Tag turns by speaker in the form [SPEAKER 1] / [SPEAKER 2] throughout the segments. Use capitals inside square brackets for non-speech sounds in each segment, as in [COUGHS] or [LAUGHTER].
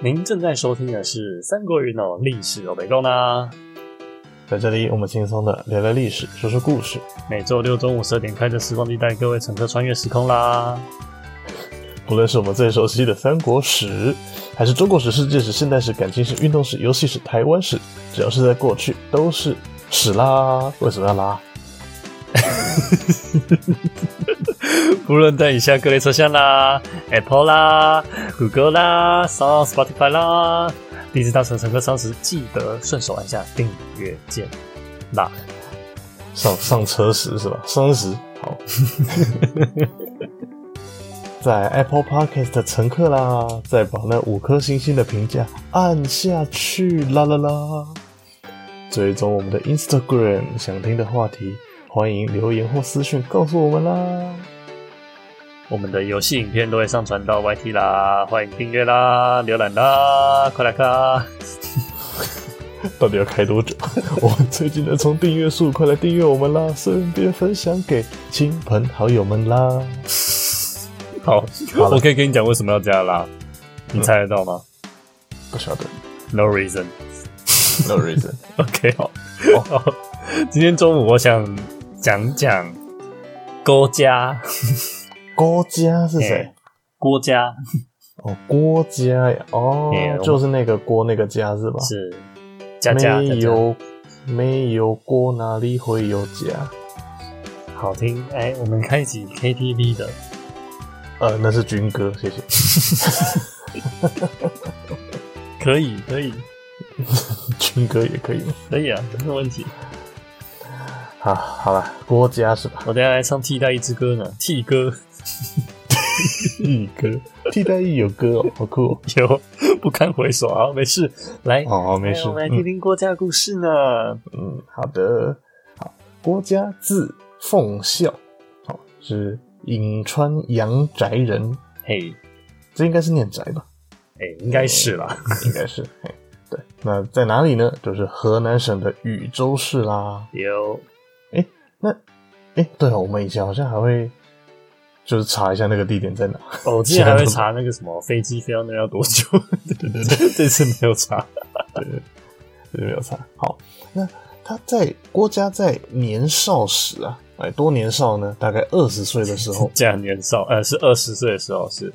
[SPEAKER 1] 您正在收听的是《三国云哦历史欧北共》啦。
[SPEAKER 2] 在这里，我们轻松的聊聊历史，说说故事。
[SPEAKER 1] 每周六中午十二点开着时光机带各位乘客穿越时空啦。
[SPEAKER 2] 无论是我们最熟悉的三国史，还是中国史、世界史、现代史、感情史、运动史、游戏史、台湾史，只要是在过去，都是史啦。为什么要拉？
[SPEAKER 1] 不论在以下各类车厢啦，Apple 啦、谷歌啦、Sound、Spotify 啦，第一次搭乘乘客上时记得顺手按下订阅键啦。
[SPEAKER 2] 上上车时是吧？上车时 [LAUGHS] 好。在 Apple Podcast 的乘客啦，再把那五颗星星的评价按下去啦啦啦！追踪我们的 Instagram，想听的话题欢迎留言或私讯告诉我们啦。
[SPEAKER 1] 我们的游戏影片都会上传到 YT 啦，欢迎订阅啦、浏览啦，快来看啊！
[SPEAKER 2] 到底要开 [LAUGHS] 多久？我们最近的冲订阅数，快来订阅我们啦！顺便分享给亲朋好友们啦！
[SPEAKER 1] 好，
[SPEAKER 2] 好了
[SPEAKER 1] 我可以跟你讲为什么要加啦，你猜得到吗
[SPEAKER 2] 不晓得
[SPEAKER 1] ？No reason。
[SPEAKER 2] ，no reason。
[SPEAKER 1] OK，
[SPEAKER 2] 好
[SPEAKER 1] 好，今天中午我想讲讲郭嘉，
[SPEAKER 2] [LAUGHS] 郭嘉是谁
[SPEAKER 1] 哎？郭嘉
[SPEAKER 2] 哦，郭嘉呀，哦
[SPEAKER 1] 哎我们，
[SPEAKER 2] 就是那个郭那个嘉是吧？
[SPEAKER 1] 是佳佳，
[SPEAKER 2] 没
[SPEAKER 1] 佳佳
[SPEAKER 2] 有没有锅哪里会有家？
[SPEAKER 1] 好听。哎，我们开启 KTV 的，
[SPEAKER 2] 呃，那是军歌，谢 [LAUGHS] 谢。
[SPEAKER 1] 可以，可以，
[SPEAKER 2] 军歌也可以吗？
[SPEAKER 1] 可以啊，没有问题。
[SPEAKER 2] 啊，好了，郭嘉是吧？
[SPEAKER 1] 我等一下来唱替代一支歌呢，替歌
[SPEAKER 2] 一嗯歌替代役有歌哦，好酷哦
[SPEAKER 1] 有不堪回首啊，没事，来。
[SPEAKER 2] [LAUGHS] 哦。好，没
[SPEAKER 1] 哎
[SPEAKER 2] 事。
[SPEAKER 1] 我们来听
[SPEAKER 2] 嗯
[SPEAKER 1] 听郭嘉的故事呢。
[SPEAKER 2] 嗯，好的。好，郭嘉字奉孝，好是颍川阳翟人，
[SPEAKER 1] 嘿，
[SPEAKER 2] 这应该是念翟吧？
[SPEAKER 1] 哎，应该是啦。
[SPEAKER 2] 应该是。嘿对，那在哪里呢？就是河南省的禹州市啦。
[SPEAKER 1] 有，
[SPEAKER 2] 那，哎、对哦，我们以前好像还会就是查一下那个地点在哪。
[SPEAKER 1] 哦我之前还会查那个什么飞机飞到那要多久，对对对对，这次没有查。，
[SPEAKER 2] 对，没有查。好，那他在郭嘉在年少时啊，哎，多年少呢？大概二十岁的时候 [LAUGHS]
[SPEAKER 1] 这样年少，呃，是二十岁的时候是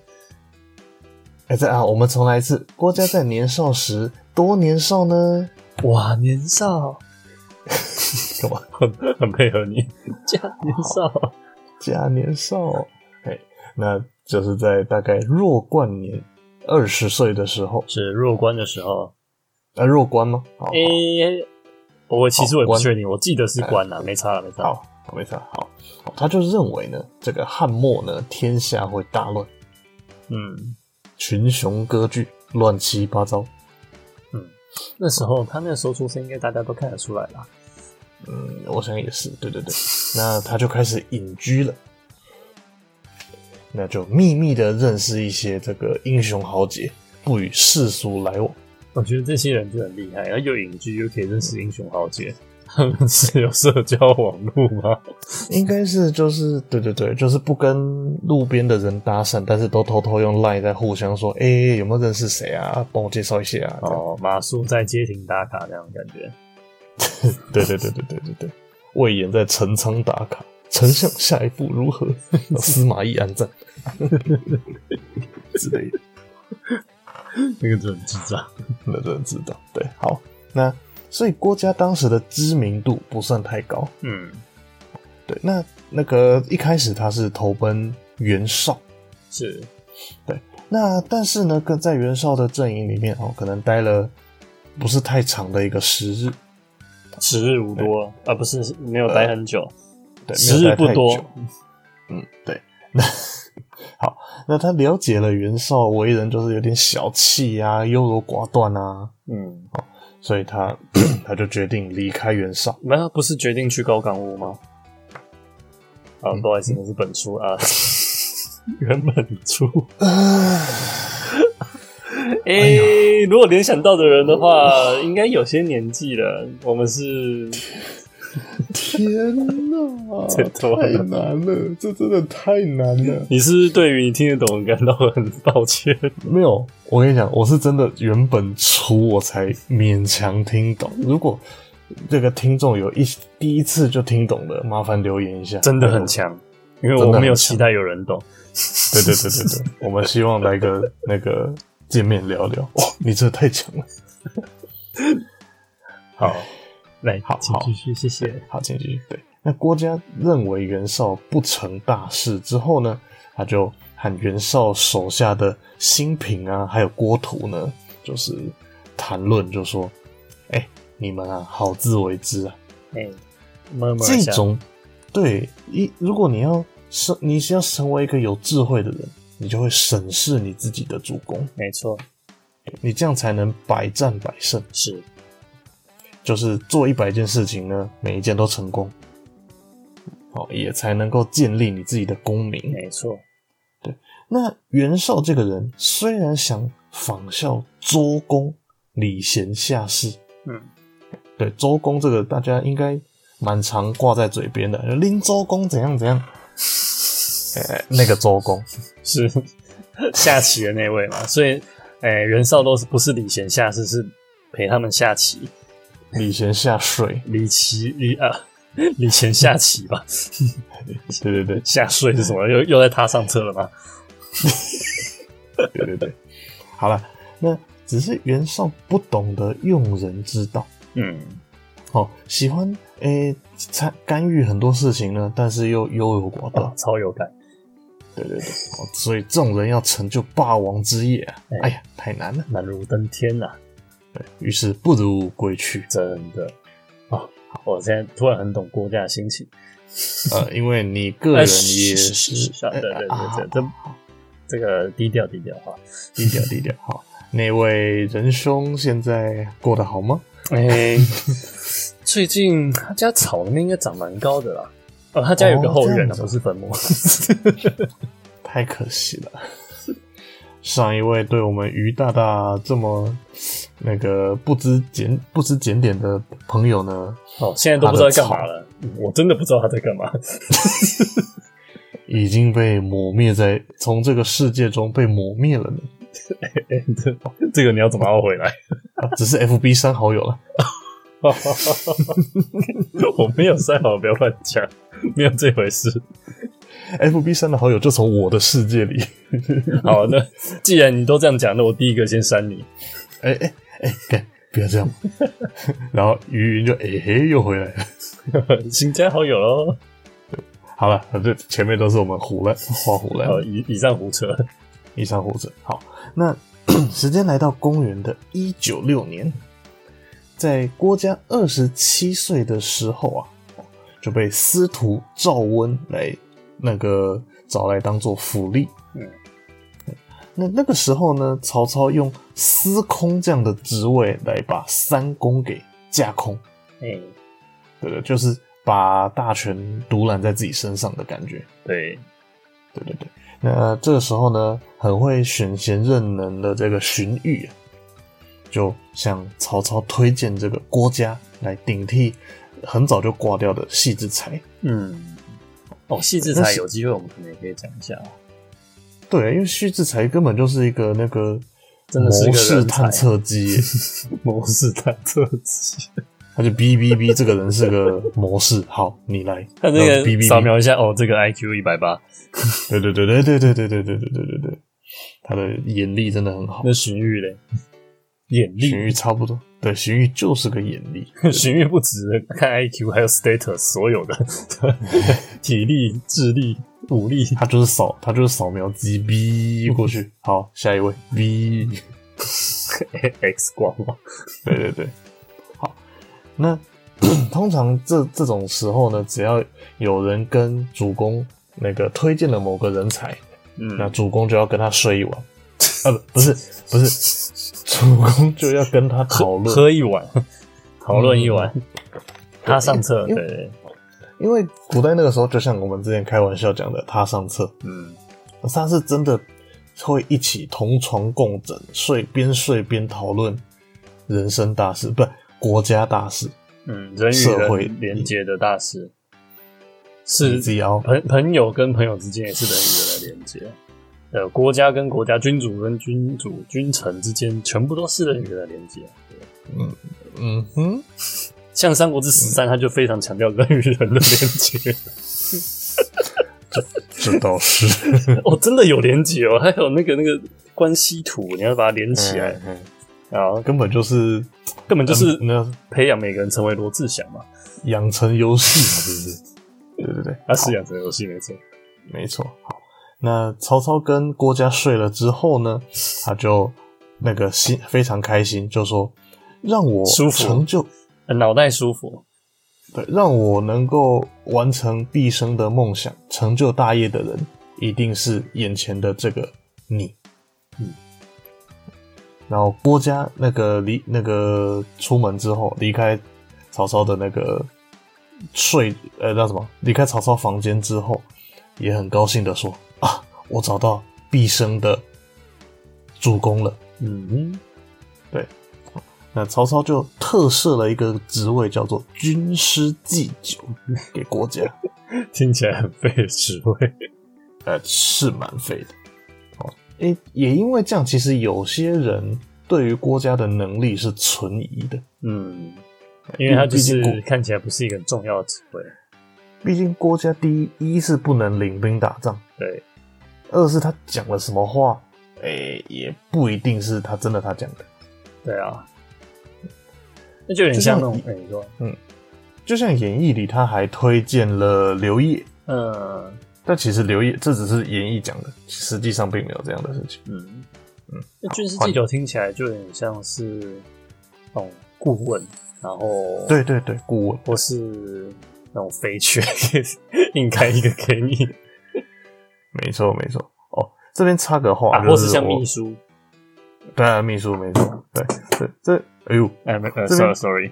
[SPEAKER 2] 哎，再啊，我们重来一次。郭嘉在年少时，多年少呢？
[SPEAKER 1] 哇，年 [LAUGHS] 少，
[SPEAKER 2] 干嘛？
[SPEAKER 1] 很很配合你，这样年少，
[SPEAKER 2] 加年少，哎，那就是在大概弱冠年二十岁的时候，
[SPEAKER 1] 是入关的时候。
[SPEAKER 2] 啊，弱冠吗？好，
[SPEAKER 1] 诶、我其实我也不
[SPEAKER 2] 关
[SPEAKER 1] 确定，我记得是关啦，没差了，没差了。
[SPEAKER 2] 好，好没事，好，好他就认为呢，这个汉末呢，天下会大乱。
[SPEAKER 1] 嗯，
[SPEAKER 2] 群雄割据，乱七八糟。
[SPEAKER 1] 那时候他那时候出生，应该大家都看得出来啦。
[SPEAKER 2] 嗯，我想也是，对对对。那他就开始隐居了，那就秘密的认识一些这个英雄豪杰，不与世俗来往。
[SPEAKER 1] 我觉得这些人就很厉害，然后又隐居，又可以认识英雄豪杰。他们是有社交网络吗？
[SPEAKER 2] 应该是就是对对对，就是不跟路边的人搭讪，但是都偷偷用 LINE 在互相说，哎、有没有认识谁啊？帮我介绍一下啊。这样
[SPEAKER 1] 哦，马叔在街亭打卡那样的感觉。
[SPEAKER 2] 对对对对对对对，魏延在陈仓打卡，丞相下一步如 [LAUGHS] 何？司马懿暗赞之类的，
[SPEAKER 1] 那个就很智障。
[SPEAKER 2] 那真的知道。对，好，那所以郭嘉当时的知名度不算太高。
[SPEAKER 1] 嗯，
[SPEAKER 2] 对，那那个一开始他是投奔袁绍，
[SPEAKER 1] 是
[SPEAKER 2] 那但是呢，跟在袁绍的阵营里面哦，可能待了不是太长的一个时日，
[SPEAKER 1] 时日无多啊，不是没有待很久，
[SPEAKER 2] 对，
[SPEAKER 1] 时
[SPEAKER 2] 没有
[SPEAKER 1] 日
[SPEAKER 2] 待
[SPEAKER 1] 不
[SPEAKER 2] 太
[SPEAKER 1] 多
[SPEAKER 2] 久。嗯，对。 [LAUGHS] 那好，那他了解了袁绍为人就是有点小气啊，优柔寡断啊，
[SPEAKER 1] 嗯，
[SPEAKER 2] 所以他 [CLEARS THROAT] 他就决定离开袁绍。
[SPEAKER 1] 没有，不是决定去高岗屋吗？嗯啊，
[SPEAKER 2] 嗯
[SPEAKER 1] 不好意思，那是本初 [LAUGHS] 啊，原本初。 [LAUGHS] 哎、如果联想到的人的话，应该有些年纪了。我们是
[SPEAKER 2] 天 [LAUGHS] 哪，
[SPEAKER 1] 这多
[SPEAKER 2] 太难了，这真的太难了。
[SPEAKER 1] 你是不是对于你听得懂感到很抱歉？
[SPEAKER 2] [LAUGHS] 没有，我跟你讲，我是真的原本初我才勉强听懂。如果这个听众有一第一次就听懂了，麻烦留言一下，
[SPEAKER 1] 真的很强，因为
[SPEAKER 2] 真的
[SPEAKER 1] 我
[SPEAKER 2] 很
[SPEAKER 1] 没有
[SPEAKER 2] 强
[SPEAKER 1] 期待有人懂。
[SPEAKER 2] 对对对对对，我们希望来个那个见面聊聊。哇、你真的太强了！
[SPEAKER 1] 好，来，
[SPEAKER 2] 好
[SPEAKER 1] 请继续，谢谢。
[SPEAKER 2] 好，请继续。对，那郭嘉认为袁绍不成大事之后呢，他就和袁绍手下的辛平啊，还有郭图呢，就是谈论，就说：“哎、你们啊，好自为之啊！
[SPEAKER 1] 哎，摸摸一
[SPEAKER 2] 这
[SPEAKER 1] 下，
[SPEAKER 2] 种对一，如果你要是你是要成为一个有智慧的人，你就会审视你自己的主公，
[SPEAKER 1] 没错，
[SPEAKER 2] 你这样才能百战百胜。”
[SPEAKER 1] 是
[SPEAKER 2] 就是做一百件事情呢，每一件都成功，好，也才能够建立你自己的功名。
[SPEAKER 1] 没错，
[SPEAKER 2] 那袁绍这个人虽然想仿效周公礼贤下士，
[SPEAKER 1] 嗯，
[SPEAKER 2] 对周公这个大家应该蛮常挂在嘴边的，拎周公怎样怎样，呃、那个周公，
[SPEAKER 1] 是下棋的那位嘛，所以，哎，袁绍都是不是礼贤下士，是陪他们下棋，
[SPEAKER 2] 礼贤下水，
[SPEAKER 1] 礼棋礼啊，礼贤下棋吧，
[SPEAKER 2] 对对对，
[SPEAKER 1] 下睡是什么？又又在他上车了吗？
[SPEAKER 2] 对对对，好了，那只是袁绍不懂得用人之道。
[SPEAKER 1] 嗯，
[SPEAKER 2] 哦，喜欢诶参、干预很多事情呢，但是又优柔寡断。
[SPEAKER 1] 超有感，
[SPEAKER 2] 对对对，哦，所以这种人要成就霸王之业、啊，哎呀，太难了。
[SPEAKER 1] 难如登天呐、
[SPEAKER 2] 于是不如归
[SPEAKER 1] [LAUGHS]
[SPEAKER 2] 去。
[SPEAKER 1] 真的啊！我现在突然很懂郭嘉的心情。
[SPEAKER 2] 呃，因为你个人也
[SPEAKER 1] 是
[SPEAKER 2] 是，
[SPEAKER 1] 是是是，对
[SPEAKER 2] 哎
[SPEAKER 1] 对对
[SPEAKER 2] 啊
[SPEAKER 1] 对，这这个低调低调啊。
[SPEAKER 2] 低调低调。好，那位仁兄现在过得好吗？
[SPEAKER 1] 哎，最近他家草那边应该长蛮高的啦。呃，他家有个后
[SPEAKER 2] 哦这
[SPEAKER 1] 院
[SPEAKER 2] 样
[SPEAKER 1] 啊，
[SPEAKER 2] 子
[SPEAKER 1] 不是坟墓。哦
[SPEAKER 2] 太可惜了。 [LAUGHS] 上一位对我们于大大这么那个不知检不知检点的朋友呢，
[SPEAKER 1] 哦，现在都不知道在干嘛了。嗯我真的不知道他在干嘛。
[SPEAKER 2] 已经被抹灭在从这个世界中被抹灭了呢。
[SPEAKER 1] 哎这这个你要怎么熬回来？ [LAUGHS]
[SPEAKER 2] 啊，只是 FB 删好友了。
[SPEAKER 1] 我没有删好，不要乱讲，没有这回事。
[SPEAKER 2] FB 删了好友，就从我的世界里。
[SPEAKER 1] 好，那既然你都这样讲，那我第一个先删你。 [LAUGHS]
[SPEAKER 2] 哎哎哎，干，不要这样。 [LAUGHS] 然后于云就哎、嘿又回来了。
[SPEAKER 1] 新加好友喽。
[SPEAKER 2] 好了，反正前面都是我们胡乱花胡乱
[SPEAKER 1] 好，以以上胡扯。
[SPEAKER 2] 以上活着。好，那 [COUGHS] 时间来到公元的一九六年，在郭嘉二十七岁的时候啊，就被司徒赵温来那个找来当做府吏。
[SPEAKER 1] 嗯，
[SPEAKER 2] 那那个时候呢，曹操用司空这样的职位来把三公给架空，
[SPEAKER 1] 哎、
[SPEAKER 2] 对的，就是把大权独揽在自己身上的感觉。
[SPEAKER 1] 对，
[SPEAKER 2] 对对对。那这个时候呢，很会选贤任能的这个荀彧、啊，就向曹操推荐这个郭嘉来顶替很早就挂掉的戏之才。
[SPEAKER 1] 嗯，哦，细致才有机会，我们可能也可以讲一下哦，
[SPEAKER 2] 对，因为戏之才根本就是一个那个
[SPEAKER 1] 真的是一
[SPEAKER 2] 谋
[SPEAKER 1] 个
[SPEAKER 2] 士
[SPEAKER 1] 人才
[SPEAKER 2] 探测机耶，
[SPEAKER 1] 谋士探测器，
[SPEAKER 2] 他就哔哔哔，这个人是个 [LAUGHS] 谋士，好，你来，
[SPEAKER 1] 他这
[SPEAKER 2] 然后哔
[SPEAKER 1] 个
[SPEAKER 2] 哔哔
[SPEAKER 1] 扫描一下，哦，这个 IQ 一百八，
[SPEAKER 2] 对对对对对对对对对对对对对，他的眼力真的很好
[SPEAKER 1] 那。荀彧嘞，眼
[SPEAKER 2] 荀
[SPEAKER 1] 力，
[SPEAKER 2] 彧差不多，对，荀彧就是个眼力，
[SPEAKER 1] [LAUGHS] 荀彧不止看 IQ，还有 status，所有 [LAUGHS] 的体力、智力、武力，
[SPEAKER 2] 他就是扫，他就是扫描机
[SPEAKER 1] 嗯
[SPEAKER 2] 哔过去。好，下一位
[SPEAKER 1] [LAUGHS]
[SPEAKER 2] 哔，
[SPEAKER 1] X [LAUGHS] 光嘛，
[SPEAKER 2] 对对对，好。那 [COUGHS] 通常这这种时候呢，只要有人跟主公那个推荐了某个人才，那
[SPEAKER 1] 嗯，
[SPEAKER 2] 主公就要跟他
[SPEAKER 1] [LAUGHS]
[SPEAKER 2] 睡一晚。啊，不，不是，不是，主公就要跟他讨论，
[SPEAKER 1] 喝一碗，讨论一碗， [LAUGHS] 他上厕，对
[SPEAKER 2] 因
[SPEAKER 1] 对，对
[SPEAKER 2] 因为古代那个时候，就像我们之前开玩笑讲的，他上厕，
[SPEAKER 1] 嗯，
[SPEAKER 2] 他是真的会一起同床共枕，睡边睡边讨论人生大事，不国家大事。
[SPEAKER 1] 嗯，人与
[SPEAKER 2] 社会
[SPEAKER 1] 人连接的大事，是
[SPEAKER 2] 你自己要
[SPEAKER 1] 朋朋友跟朋友之间也是人与人的连接，呃，国家跟国家、君主跟君主、君臣之间，全部都是人与人的连接。
[SPEAKER 2] 嗯哼，
[SPEAKER 1] 像《三国志十三》，它就非常强调人与人的连
[SPEAKER 2] [LAUGHS]
[SPEAKER 1] 接。
[SPEAKER 2] 这倒是
[SPEAKER 1] 哦，真的有连接哦，还有那个那个关系图，你要把它连起来，
[SPEAKER 2] 嗯嗯
[SPEAKER 1] 然后
[SPEAKER 2] 根本就是
[SPEAKER 1] 根本就是
[SPEAKER 2] 嗯那
[SPEAKER 1] 培养每个人成为罗志祥嘛，
[SPEAKER 2] 养成游戏嘛，是不是？对对对，
[SPEAKER 1] 他啊是养成游戏没错。
[SPEAKER 2] 没错。好，那曹操跟郭嘉睡了之后呢，他就那个心非常开心，就说让我
[SPEAKER 1] 舒服
[SPEAKER 2] 成就，
[SPEAKER 1] 呃脑袋舒服，
[SPEAKER 2] 对，让我能够完成毕生的梦想，成就大业的人，一定是眼前的这个你。
[SPEAKER 1] 嗯。
[SPEAKER 2] 然后郭嘉那个离那个出门之后，离开曹操的那个睡呃那什么，离开曹操房间之后，也很高兴的说啊，我找到毕生的主公了。
[SPEAKER 1] 嗯，
[SPEAKER 2] 那曹操就特设了一个职位，叫做军师祭酒，给郭嘉。
[SPEAKER 1] 听起来很费职位。
[SPEAKER 2] 呃，是蛮废的。哦，诶、也因为这样，其实有些人对于郭嘉的能力是存疑的。
[SPEAKER 1] 嗯，因为他就
[SPEAKER 2] 毕
[SPEAKER 1] 是
[SPEAKER 2] 毕竟
[SPEAKER 1] 看起来不是一个很重要的职位。
[SPEAKER 2] 毕竟郭嘉第一一是不能领兵打仗，
[SPEAKER 1] 对，
[SPEAKER 2] 二是他讲了什么话，诶、也不一定是他真的他讲的。
[SPEAKER 1] 对啊，那就有点像那种
[SPEAKER 2] 就，
[SPEAKER 1] 哎、你说，
[SPEAKER 2] 就像《演义》里，他还推荐了刘烨，
[SPEAKER 1] 嗯
[SPEAKER 2] 但其实刘烨这只是《演义》讲的，实际上并没有这样的事情。
[SPEAKER 1] 嗯
[SPEAKER 2] 嗯，
[SPEAKER 1] 那军事
[SPEAKER 2] 好
[SPEAKER 1] 技巧听起来就有点像是那种顾问，然后
[SPEAKER 2] 对，对对，顾问
[SPEAKER 1] 或是那种肥缺， [LAUGHS] 硬开一个给你
[SPEAKER 2] 没错没错。哦，这边插个话，
[SPEAKER 1] 啊，
[SPEAKER 2] 就
[SPEAKER 1] 或是像
[SPEAKER 2] 我
[SPEAKER 1] 秘书，
[SPEAKER 2] 对啊，秘书没错，对对这，哎呦，
[SPEAKER 1] 哎，没，呃
[SPEAKER 2] 这
[SPEAKER 1] ，sorry
[SPEAKER 2] 边
[SPEAKER 1] sorry，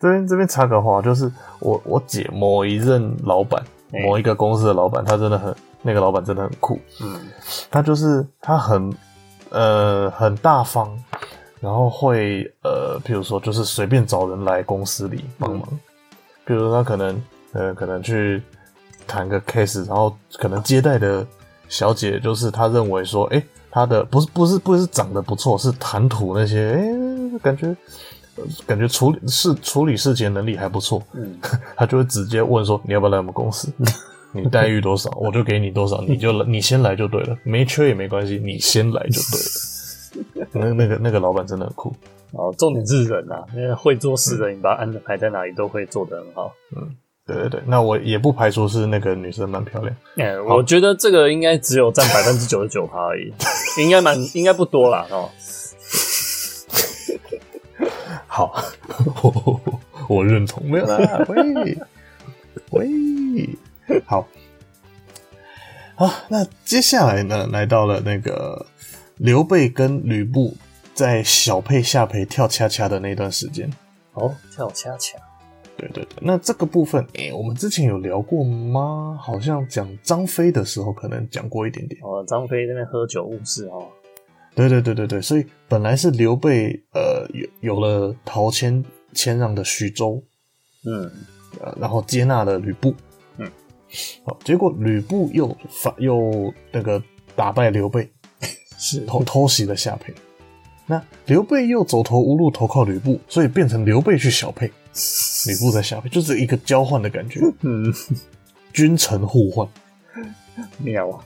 [SPEAKER 2] 这边这边插个话，就是我我姐某一任老板，
[SPEAKER 1] 哎
[SPEAKER 2] 某一个公司的老板，他真的很那个老板真的很酷，
[SPEAKER 1] 嗯
[SPEAKER 2] 他就是他很呃很大方，然后会呃，譬如说就是随便找人来公司里帮忙，比如说他可能呃可能去谈个 case，然后可能接待的小姐就是他认为说，哎、他的不是不是不是长得不错，是谈吐那些，哎、感觉。呃感觉处理事处理事情的能力还不错，
[SPEAKER 1] 嗯，
[SPEAKER 2] 他就会直接问说你要不要来我们公司？ [LAUGHS] 你待遇多少，我就给你多少，你就来你先来就对了，没缺也没关系，你先来就对了。那那个那个老板真的很酷，
[SPEAKER 1] 哦，重点是人啊，因为会做事的，你把他安排在哪里都会做得很好。
[SPEAKER 2] 对对对。那我也不排除是那个女生蛮漂亮，
[SPEAKER 1] 哎，我觉得这个应该只有占百分之九十九趴而已， [LAUGHS] 应该蛮应该不多啦哦。
[SPEAKER 2] 好，我我认同，没有啦，喂喂，好，好，那接下来呢，来到了那个刘备跟吕布在小沛下邳跳恰恰的那段时间。
[SPEAKER 1] 哦，跳恰恰，
[SPEAKER 2] 对对对，那这个部分，诶、我们之前有聊过吗？好像讲张飞的时候，可能讲过一点点。
[SPEAKER 1] 哦，张飞在那边喝酒误事哦，
[SPEAKER 2] 对对对对对，所以本来是刘备，呃，有有了陶谦谦让的徐州，
[SPEAKER 1] 嗯，
[SPEAKER 2] 呃，然后接纳了吕布，
[SPEAKER 1] 嗯，
[SPEAKER 2] 好，结果吕布又反又那个打败刘备，
[SPEAKER 1] 是
[SPEAKER 2] 偷偷袭了下邳。那刘备又走投无路投靠吕布，所以变成刘备去小沛，吕布在下邳，就是一个交换的感觉，
[SPEAKER 1] 嗯， [LAUGHS]
[SPEAKER 2] 君臣互换。
[SPEAKER 1] 妙啊，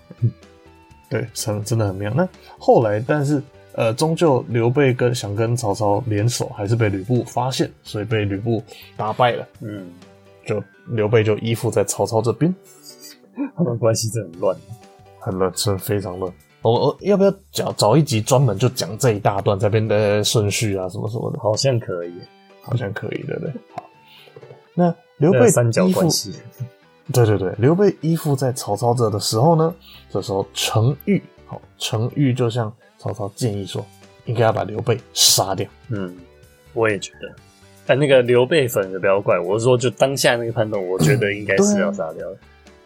[SPEAKER 2] 对，真真的很妙。那后来，但是呃，终究刘备跟想跟曹操联手，还是被吕布发现，所以被吕布打败了。
[SPEAKER 1] 嗯，
[SPEAKER 2] 就刘备就依附在曹操这边，
[SPEAKER 1] 他们关系真的很乱，
[SPEAKER 2] 很乱，真的非常乱。我、我哦要不要找找一集专门就讲这一大段这边的顺序啊，什么什么的，
[SPEAKER 1] 好像可以，
[SPEAKER 2] 好像可以，对不对？好，那刘
[SPEAKER 1] 那
[SPEAKER 2] 备
[SPEAKER 1] 个三角
[SPEAKER 2] 依附
[SPEAKER 1] 关系，
[SPEAKER 2] 对对对，刘备依附在曹操这的时候呢，这时候程昱，好，程昱就向曹操建议说，应该要把刘备杀掉。
[SPEAKER 1] 嗯，我也觉得。但那个刘备粉的不要怪我，我是说就当下那个判断，我觉得应该是
[SPEAKER 2] 啊
[SPEAKER 1] 要杀掉的。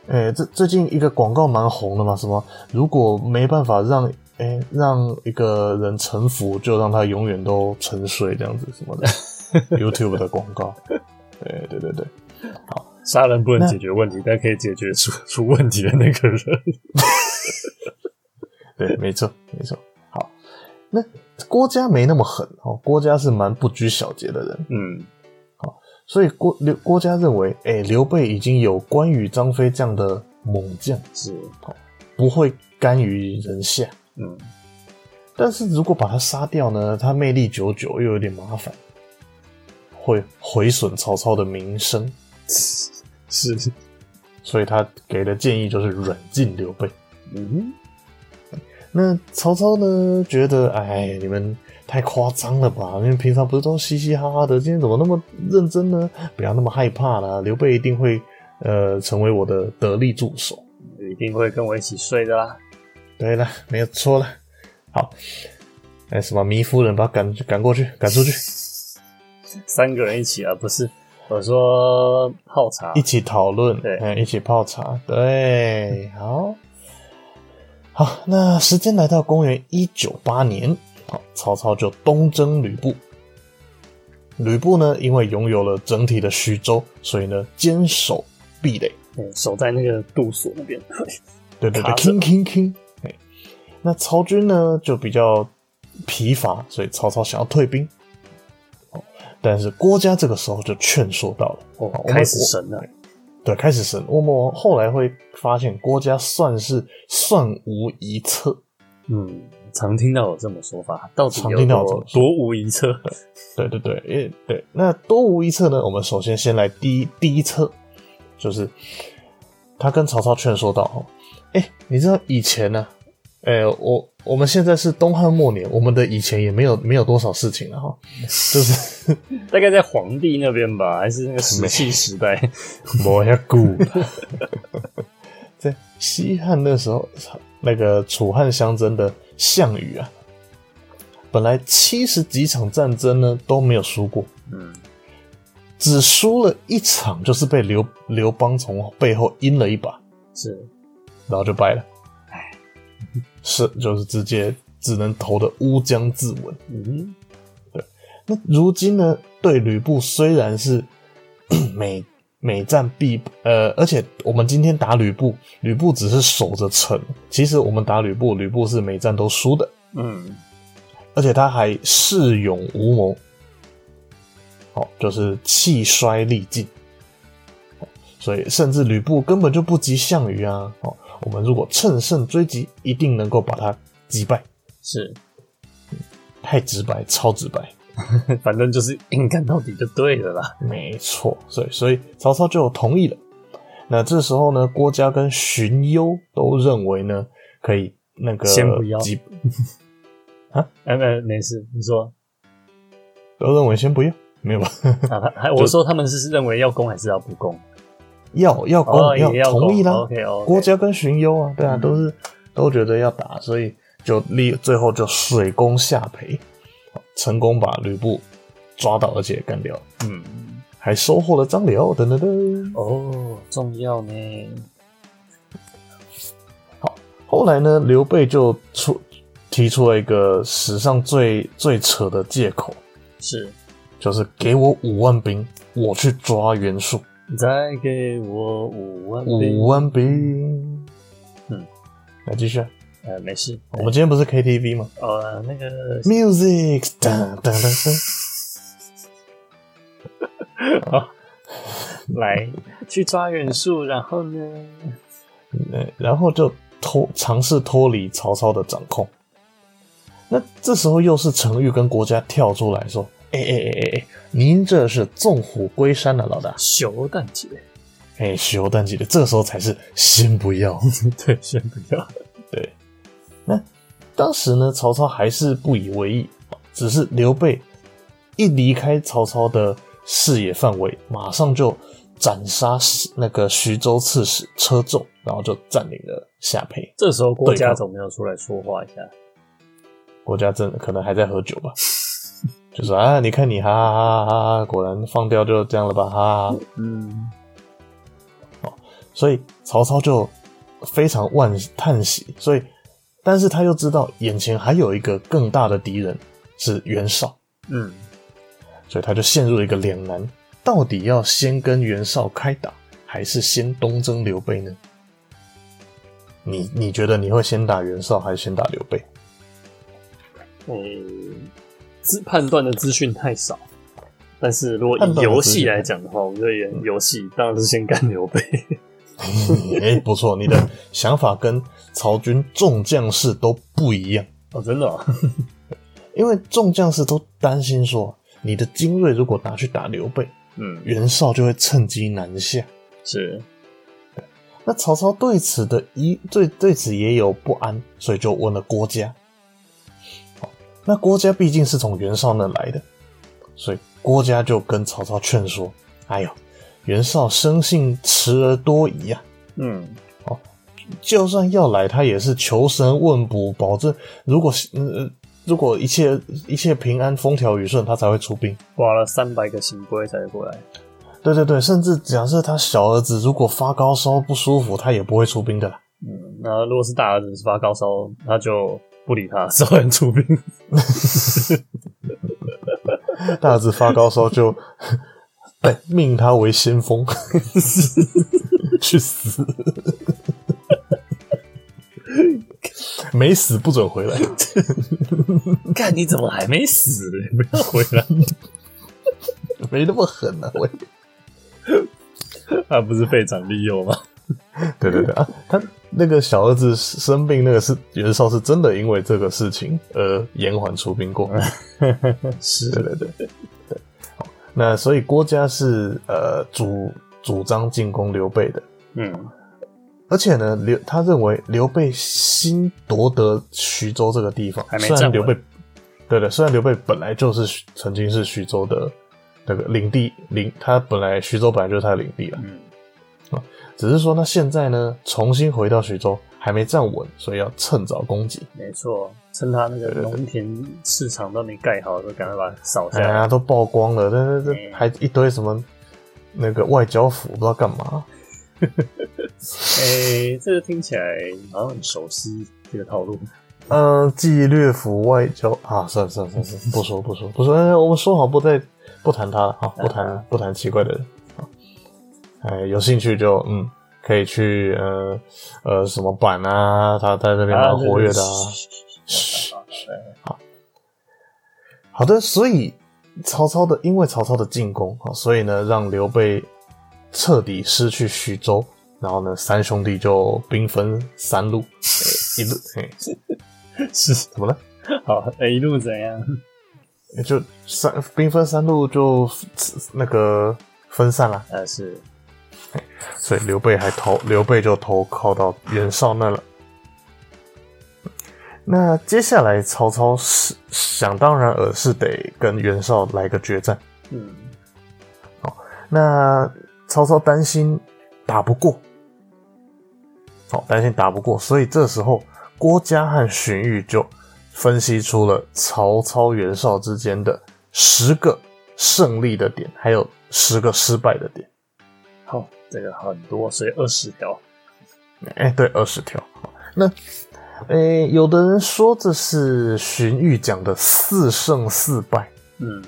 [SPEAKER 2] 诶、这哎最近一个广告蛮红的嘛，什么如果没办法让诶、让一个人臣服，就让他永远都沉睡这样子什么的，YouTube 的广告。哎对对对，
[SPEAKER 1] 杀人不能
[SPEAKER 2] 那
[SPEAKER 1] 解决问题，但可以解决出 [LAUGHS] 出问题的那个人。
[SPEAKER 2] 对，没错，没错。好，那郭嘉没那么狠哦，郭嘉是蛮不拘小节的人，
[SPEAKER 1] 嗯，
[SPEAKER 2] 所以郭刘郭嘉认为，哎、刘备已经有关羽、张飞这样的猛将，
[SPEAKER 1] 是，
[SPEAKER 2] 不会甘于人下。
[SPEAKER 1] 嗯， [LAUGHS]
[SPEAKER 2] 但是如果把他杀掉呢，他魅力九九又有点麻烦，会毁损曹操的名声，
[SPEAKER 1] 是，
[SPEAKER 2] 所以他给的建议就是软禁刘备。
[SPEAKER 1] 嗯，
[SPEAKER 2] 那曹操呢，觉得哎，你们太夸张了吧？因为平常不是都嘻嘻哈哈的，今天怎么那么认真呢？不要那么害怕啦，刘备一定会呃成为我的得力助手。
[SPEAKER 1] 一定会跟我一起睡的啦。
[SPEAKER 2] 对了，没有错了。好，哎，什么糜夫人把他赶赶过去，赶出去，
[SPEAKER 1] 三个人一起啊，不是我说泡茶
[SPEAKER 2] 一起讨论，
[SPEAKER 1] 对
[SPEAKER 2] 哎，一起泡茶，对，好，好。那时间来到公元一九八年，好，曹操就东征吕布。吕布呢，因为拥有了整体的徐州，所以呢，坚守壁垒，
[SPEAKER 1] 嗯守在那个杜锁那
[SPEAKER 2] [LAUGHS]
[SPEAKER 1] 边。
[SPEAKER 2] 对对对
[SPEAKER 1] 卡着
[SPEAKER 2] ，king king king。哎，那曹军呢就比较疲乏，所以曹操想要退兵。哦但是郭嘉这个时候就劝说到了，
[SPEAKER 1] 哦
[SPEAKER 2] 好，我们
[SPEAKER 1] 开始神了。
[SPEAKER 2] 对，开始神。我们后来会发现，郭嘉算是算无一策。
[SPEAKER 1] 嗯，常听到有这么说法，到底
[SPEAKER 2] 常
[SPEAKER 1] 有
[SPEAKER 2] 听到有这
[SPEAKER 1] 多
[SPEAKER 2] 么说
[SPEAKER 1] 多无一
[SPEAKER 2] [LAUGHS]
[SPEAKER 1] 策？
[SPEAKER 2] 对对对，诶对。那多无一策呢？我们首先先来第一第一策，就是他跟曹操劝说到哦，哎、你知道以前呢、诶我我们现在是东汉末年，我们的以前也没有没有多少事情了哈，就是
[SPEAKER 1] 大概在皇帝那边吧，还是那个石器时代？
[SPEAKER 2] [LAUGHS] 我要顾。 [LAUGHS] 在西汉那时候，那个楚汉相争的项羽啊，本来七十几场战争呢都没有输过，
[SPEAKER 1] 嗯，
[SPEAKER 2] 只输了一场，就是被刘刘邦从背后阴了一把，
[SPEAKER 1] 是
[SPEAKER 2] 然后就败了。是，就是直接只能投的乌江自刎。
[SPEAKER 1] 嗯
[SPEAKER 2] 那如今呢，对吕布虽然是 [COUGHS] 每每战必呃，而且我们今天打吕布，吕布只是守着城，其实我们打吕布，吕布是每战都输的，
[SPEAKER 1] 嗯，
[SPEAKER 2] 而且他还恃勇无谋，哦，就是气衰力尽，所以甚至吕布根本就不及项羽啊！哦，我们如果乘胜追击，一定能够把他击败。 [LAUGHS]
[SPEAKER 1] 是，
[SPEAKER 2] 太直白，超直白，
[SPEAKER 1] 反正就是硬干到底就对了啦。
[SPEAKER 2] 没错。所以，所以曹操就同意了。那这时候呢，郭嘉跟荀攸都认为呢，可以那个
[SPEAKER 1] 先不要
[SPEAKER 2] 击
[SPEAKER 1] 哎，没没事，你
[SPEAKER 2] [LAUGHS]
[SPEAKER 1] 说
[SPEAKER 2] 都认为先不要，没有吧？ [LAUGHS]
[SPEAKER 1] 啊？还我说他们是认为要攻还是要不攻？
[SPEAKER 2] 要要攻、
[SPEAKER 1] 哦，也
[SPEAKER 2] 要
[SPEAKER 1] 要攻
[SPEAKER 2] 同意啦。
[SPEAKER 1] OK 哦，
[SPEAKER 2] 郭嘉跟荀攸啊，对啊，
[SPEAKER 1] 嗯
[SPEAKER 2] 都是都觉得要打，所以就立最后就水攻下邳，成功把吕布抓到，而且干掉，
[SPEAKER 1] 嗯，
[SPEAKER 2] 还收获了张辽。等等等。
[SPEAKER 1] 哦，重要呢。
[SPEAKER 2] 后来呢，刘备就出提出了一个史上最最扯的借口，
[SPEAKER 1] 是，
[SPEAKER 2] 就是给我五万兵，我去抓袁术。
[SPEAKER 1] 你再给我五万兵
[SPEAKER 2] 五，万兵，
[SPEAKER 1] 嗯，
[SPEAKER 2] 来继续啊、
[SPEAKER 1] 呃，没事，
[SPEAKER 2] 我们今天不是 KTV 吗
[SPEAKER 1] 呃，那个
[SPEAKER 2] ？Music，噔噔噔噔。
[SPEAKER 1] 来去抓远树，然后呢？
[SPEAKER 2] 呃，然后就脱尝试脱离曹操的掌控。那这时候又是程昱跟国家跳出来说：“哎哎哎哎哎，您这是纵虎归山了、老大！
[SPEAKER 1] 熊蛋姐，
[SPEAKER 2] 哎，许攸蛋姐的，这时候才是先不要。
[SPEAKER 1] [LAUGHS]
[SPEAKER 2] [LAUGHS]
[SPEAKER 1] 对，先不要。
[SPEAKER 2] 对，那当时呢，曹操还是不以为意，只是刘备一离开曹操的视野范围，马上就斩杀那个徐州刺史车胄，然后就占领了下邳。
[SPEAKER 1] 这时候郭
[SPEAKER 2] 对
[SPEAKER 1] 嘉
[SPEAKER 2] 抗
[SPEAKER 1] 总没有出来说话一下，
[SPEAKER 2] 国家真的可能还在喝酒吧，就是啊，你看你哈哈哈哈哈，果然放掉就这样了吧，哈哈。
[SPEAKER 1] 嗯，
[SPEAKER 2] 所以曹操就非常万叹息，所以，但是他又知道眼前还有一个更大的敌人是袁绍，
[SPEAKER 1] 嗯，
[SPEAKER 2] 所以他就陷入了一个两难。到底要先跟袁绍开打，还是先东征刘备呢？你你觉得你会先打袁绍，还是先打刘备？
[SPEAKER 1] 嗯，资判断的资讯太少。但是如果
[SPEAKER 2] 判断
[SPEAKER 1] 以
[SPEAKER 2] 的
[SPEAKER 1] 游
[SPEAKER 2] 资
[SPEAKER 1] 戏
[SPEAKER 2] 讯
[SPEAKER 1] 来讲的话，我觉得演游戏当然是先干刘备。
[SPEAKER 2] 哎、不错，你的想法跟曹军众将士都不一样。
[SPEAKER 1] 哦，真的、哦，
[SPEAKER 2] 因为众将士都担心说，你的精锐如果拿去打刘备，
[SPEAKER 1] [LAUGHS] 嗯，
[SPEAKER 2] 袁绍就会趁机南下。
[SPEAKER 1] 是，
[SPEAKER 2] 那曹操对此的一对对此也有不安，所以就问了郭嘉。好那郭嘉毕竟是从袁绍那来的，所以郭嘉就跟曹操劝说：“哎呦，袁绍生性迟而多疑啊，
[SPEAKER 1] 嗯，
[SPEAKER 2] 就算要来，他也是求神问卜，保证如果嗯呃如果一切一切平安、风调雨顺，他才会出兵。”
[SPEAKER 1] 花了三百个行规才过来。
[SPEAKER 2] 对对对，甚至假设他小儿子如果发高烧不舒服，他也不会出兵的 [LAUGHS] 啦。
[SPEAKER 1] 嗯，然后如果是大儿子发高烧，他就不理他， [LAUGHS] 找人出兵。
[SPEAKER 2] 大儿子发高烧就 [LAUGHS] 对命他为先锋， [LAUGHS] 去死， [LAUGHS] 没死不准回来。
[SPEAKER 1] 看你怎么还 [LAUGHS] 没死？不要回来，
[SPEAKER 2] 没那么狠啊！喂，
[SPEAKER 1] 他不是废长立幼吗？
[SPEAKER 2] 对对对啊，他那个小儿子生病，那个是袁绍是真的因为这个事情而延缓出兵过。
[SPEAKER 1] [LAUGHS] 是
[SPEAKER 2] 对对对对。好那所以郭嘉是呃主主张进攻刘备的，
[SPEAKER 1] 嗯，
[SPEAKER 2] 而且呢，刘他认为刘备新夺得徐州这个地方
[SPEAKER 1] 还，没
[SPEAKER 2] 虽
[SPEAKER 1] 站
[SPEAKER 2] 然
[SPEAKER 1] 稳
[SPEAKER 2] 刘备，对的，虽然刘备本来就是徐曾经是徐州的那个领地领，他本来徐州本来就是他的领地了，
[SPEAKER 1] 嗯
[SPEAKER 2] 只是说他现在呢重新回到徐州，还没站稳，所以要趁早攻击。
[SPEAKER 1] 没错，趁他那个农田市场都没盖好，就赶快把它扫下
[SPEAKER 2] 哎
[SPEAKER 1] 来。
[SPEAKER 2] 呀，都曝光了，但是这
[SPEAKER 1] 嗯
[SPEAKER 2] 还一堆什么那个外交府不知道干嘛，
[SPEAKER 1] 哎、这个听起来好像很熟悉这个套路。
[SPEAKER 2] 嗯、纪律府外交啊，算了算了算了，算了不说不说不说，哎我们说好不再不谈他了啊，不谈不谈奇怪的人啊，哎，有兴趣就嗯，可以去呃呃什么版啊，他在这边蛮活跃的啊。
[SPEAKER 1] 啊
[SPEAKER 2] 好的，所以曹操的因为曹操的进攻啊，所以呢让刘备彻底失去徐州，然后呢三兄弟就兵分三路，哎一路哎
[SPEAKER 1] 是，是
[SPEAKER 2] 怎么了？
[SPEAKER 1] 好，哎、一路怎样？
[SPEAKER 2] 就三兵分三路就那个分散了，
[SPEAKER 1] 呃，是，
[SPEAKER 2] 所以刘备还投刘备就投靠到袁绍那了。那接下来曹操是想当然而是得跟袁绍来个决战。
[SPEAKER 1] 嗯，
[SPEAKER 2] 那曹操担心打不过，好、担心打不过，所以这时候郭嘉和荀彧就分析出了曹操、袁绍之间的十个胜利的点，还有十个失败的点。
[SPEAKER 1] 好，这个很多，所以二十条。
[SPEAKER 2] 哎、对，二十条。好那，哎、有的人说这是荀彧讲的四胜四败，
[SPEAKER 1] 嗯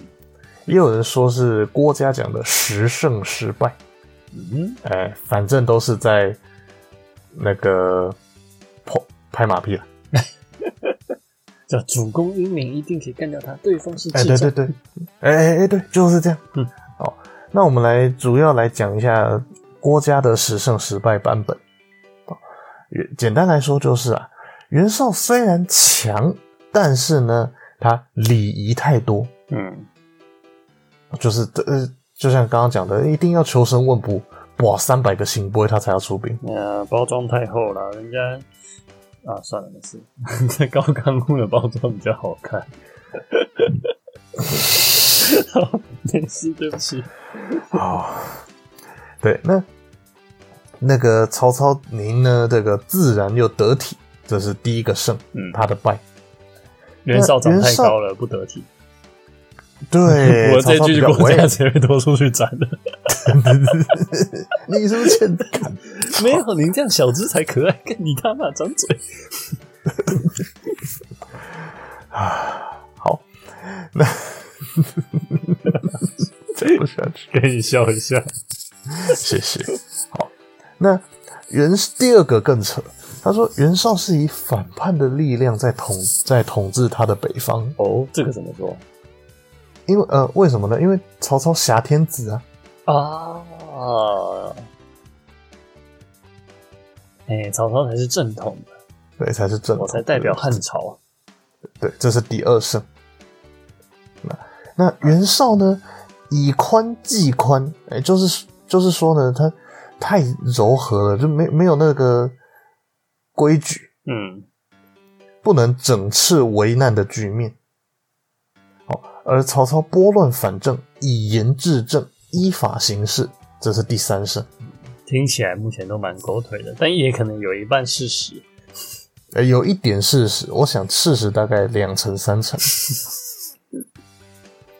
[SPEAKER 2] 也有人说是郭嘉讲的十胜十败。
[SPEAKER 1] 嗯，
[SPEAKER 2] 哎，反正都是在那个拍拍马屁了。
[SPEAKER 1] 叫主公英明，一定可以干掉他。对方是
[SPEAKER 2] 哎，
[SPEAKER 1] 智
[SPEAKER 2] 对
[SPEAKER 1] 者
[SPEAKER 2] 对，对，哎哎哎，对，就是这样。
[SPEAKER 1] 嗯，
[SPEAKER 2] 好，那我们来主要来讲一下郭嘉的十胜十败版本。好简单来说就是啊，袁绍虽然强，但是呢，他礼仪太多，
[SPEAKER 1] 嗯，
[SPEAKER 2] 就是呃，就像刚刚讲的，一定要求神问卜，哇，三百个行不他才要出兵。
[SPEAKER 1] 呃，包装太厚了，人家啊，算了，没事， [LAUGHS] 这高刊物的包装比较好看。好，没事，对不 [LAUGHS] 起。
[SPEAKER 2] 哦， [LAUGHS] 对，那那个曹操您呢？这个自然又得体，这是第一个胜，
[SPEAKER 1] 嗯，
[SPEAKER 2] 他的败。
[SPEAKER 1] 袁绍长
[SPEAKER 2] 袁
[SPEAKER 1] 太
[SPEAKER 2] 绍
[SPEAKER 1] 高了，不得体。
[SPEAKER 2] [LAUGHS] 对，
[SPEAKER 1] 我
[SPEAKER 2] 曹
[SPEAKER 1] 这
[SPEAKER 2] 操
[SPEAKER 1] 句
[SPEAKER 2] 比较
[SPEAKER 1] 国
[SPEAKER 2] 我也
[SPEAKER 1] 家谁会多出去斩的？
[SPEAKER 2] [LAUGHS] 你是不是欠干？
[SPEAKER 1] 没有，您这样小资才可爱。看你他妈张嘴。
[SPEAKER 2] [LAUGHS] 啊？好，那讲不下去。
[SPEAKER 1] 给你笑一下。
[SPEAKER 2] [LAUGHS] 谢谢。好，那袁第二个更扯，他说袁绍是以反叛的力量在统在统治他的北方，
[SPEAKER 1] 哦，这个怎么说
[SPEAKER 2] 因为呃为什么呢？因为曹操挟天子啊，
[SPEAKER 1] 啊？哎、曹操才是正统的，
[SPEAKER 2] 对，才是正
[SPEAKER 1] 我
[SPEAKER 2] 统，
[SPEAKER 1] 才代表汉朝。啊
[SPEAKER 2] 对，这是第二胜。那那袁绍呢，以宽济宽，哎、就是就是说呢，他太柔和了，就没没有那个规矩，
[SPEAKER 1] 嗯，
[SPEAKER 2] 不能整治危难的局面。好，而曹操拨乱反正，以言治政，依法行事，这是第三胜。
[SPEAKER 1] 听起来目前都蛮狗腿的，但也可能有一半事实。
[SPEAKER 2] 呃，有一点事实，我想事实大概两成三成， [LAUGHS]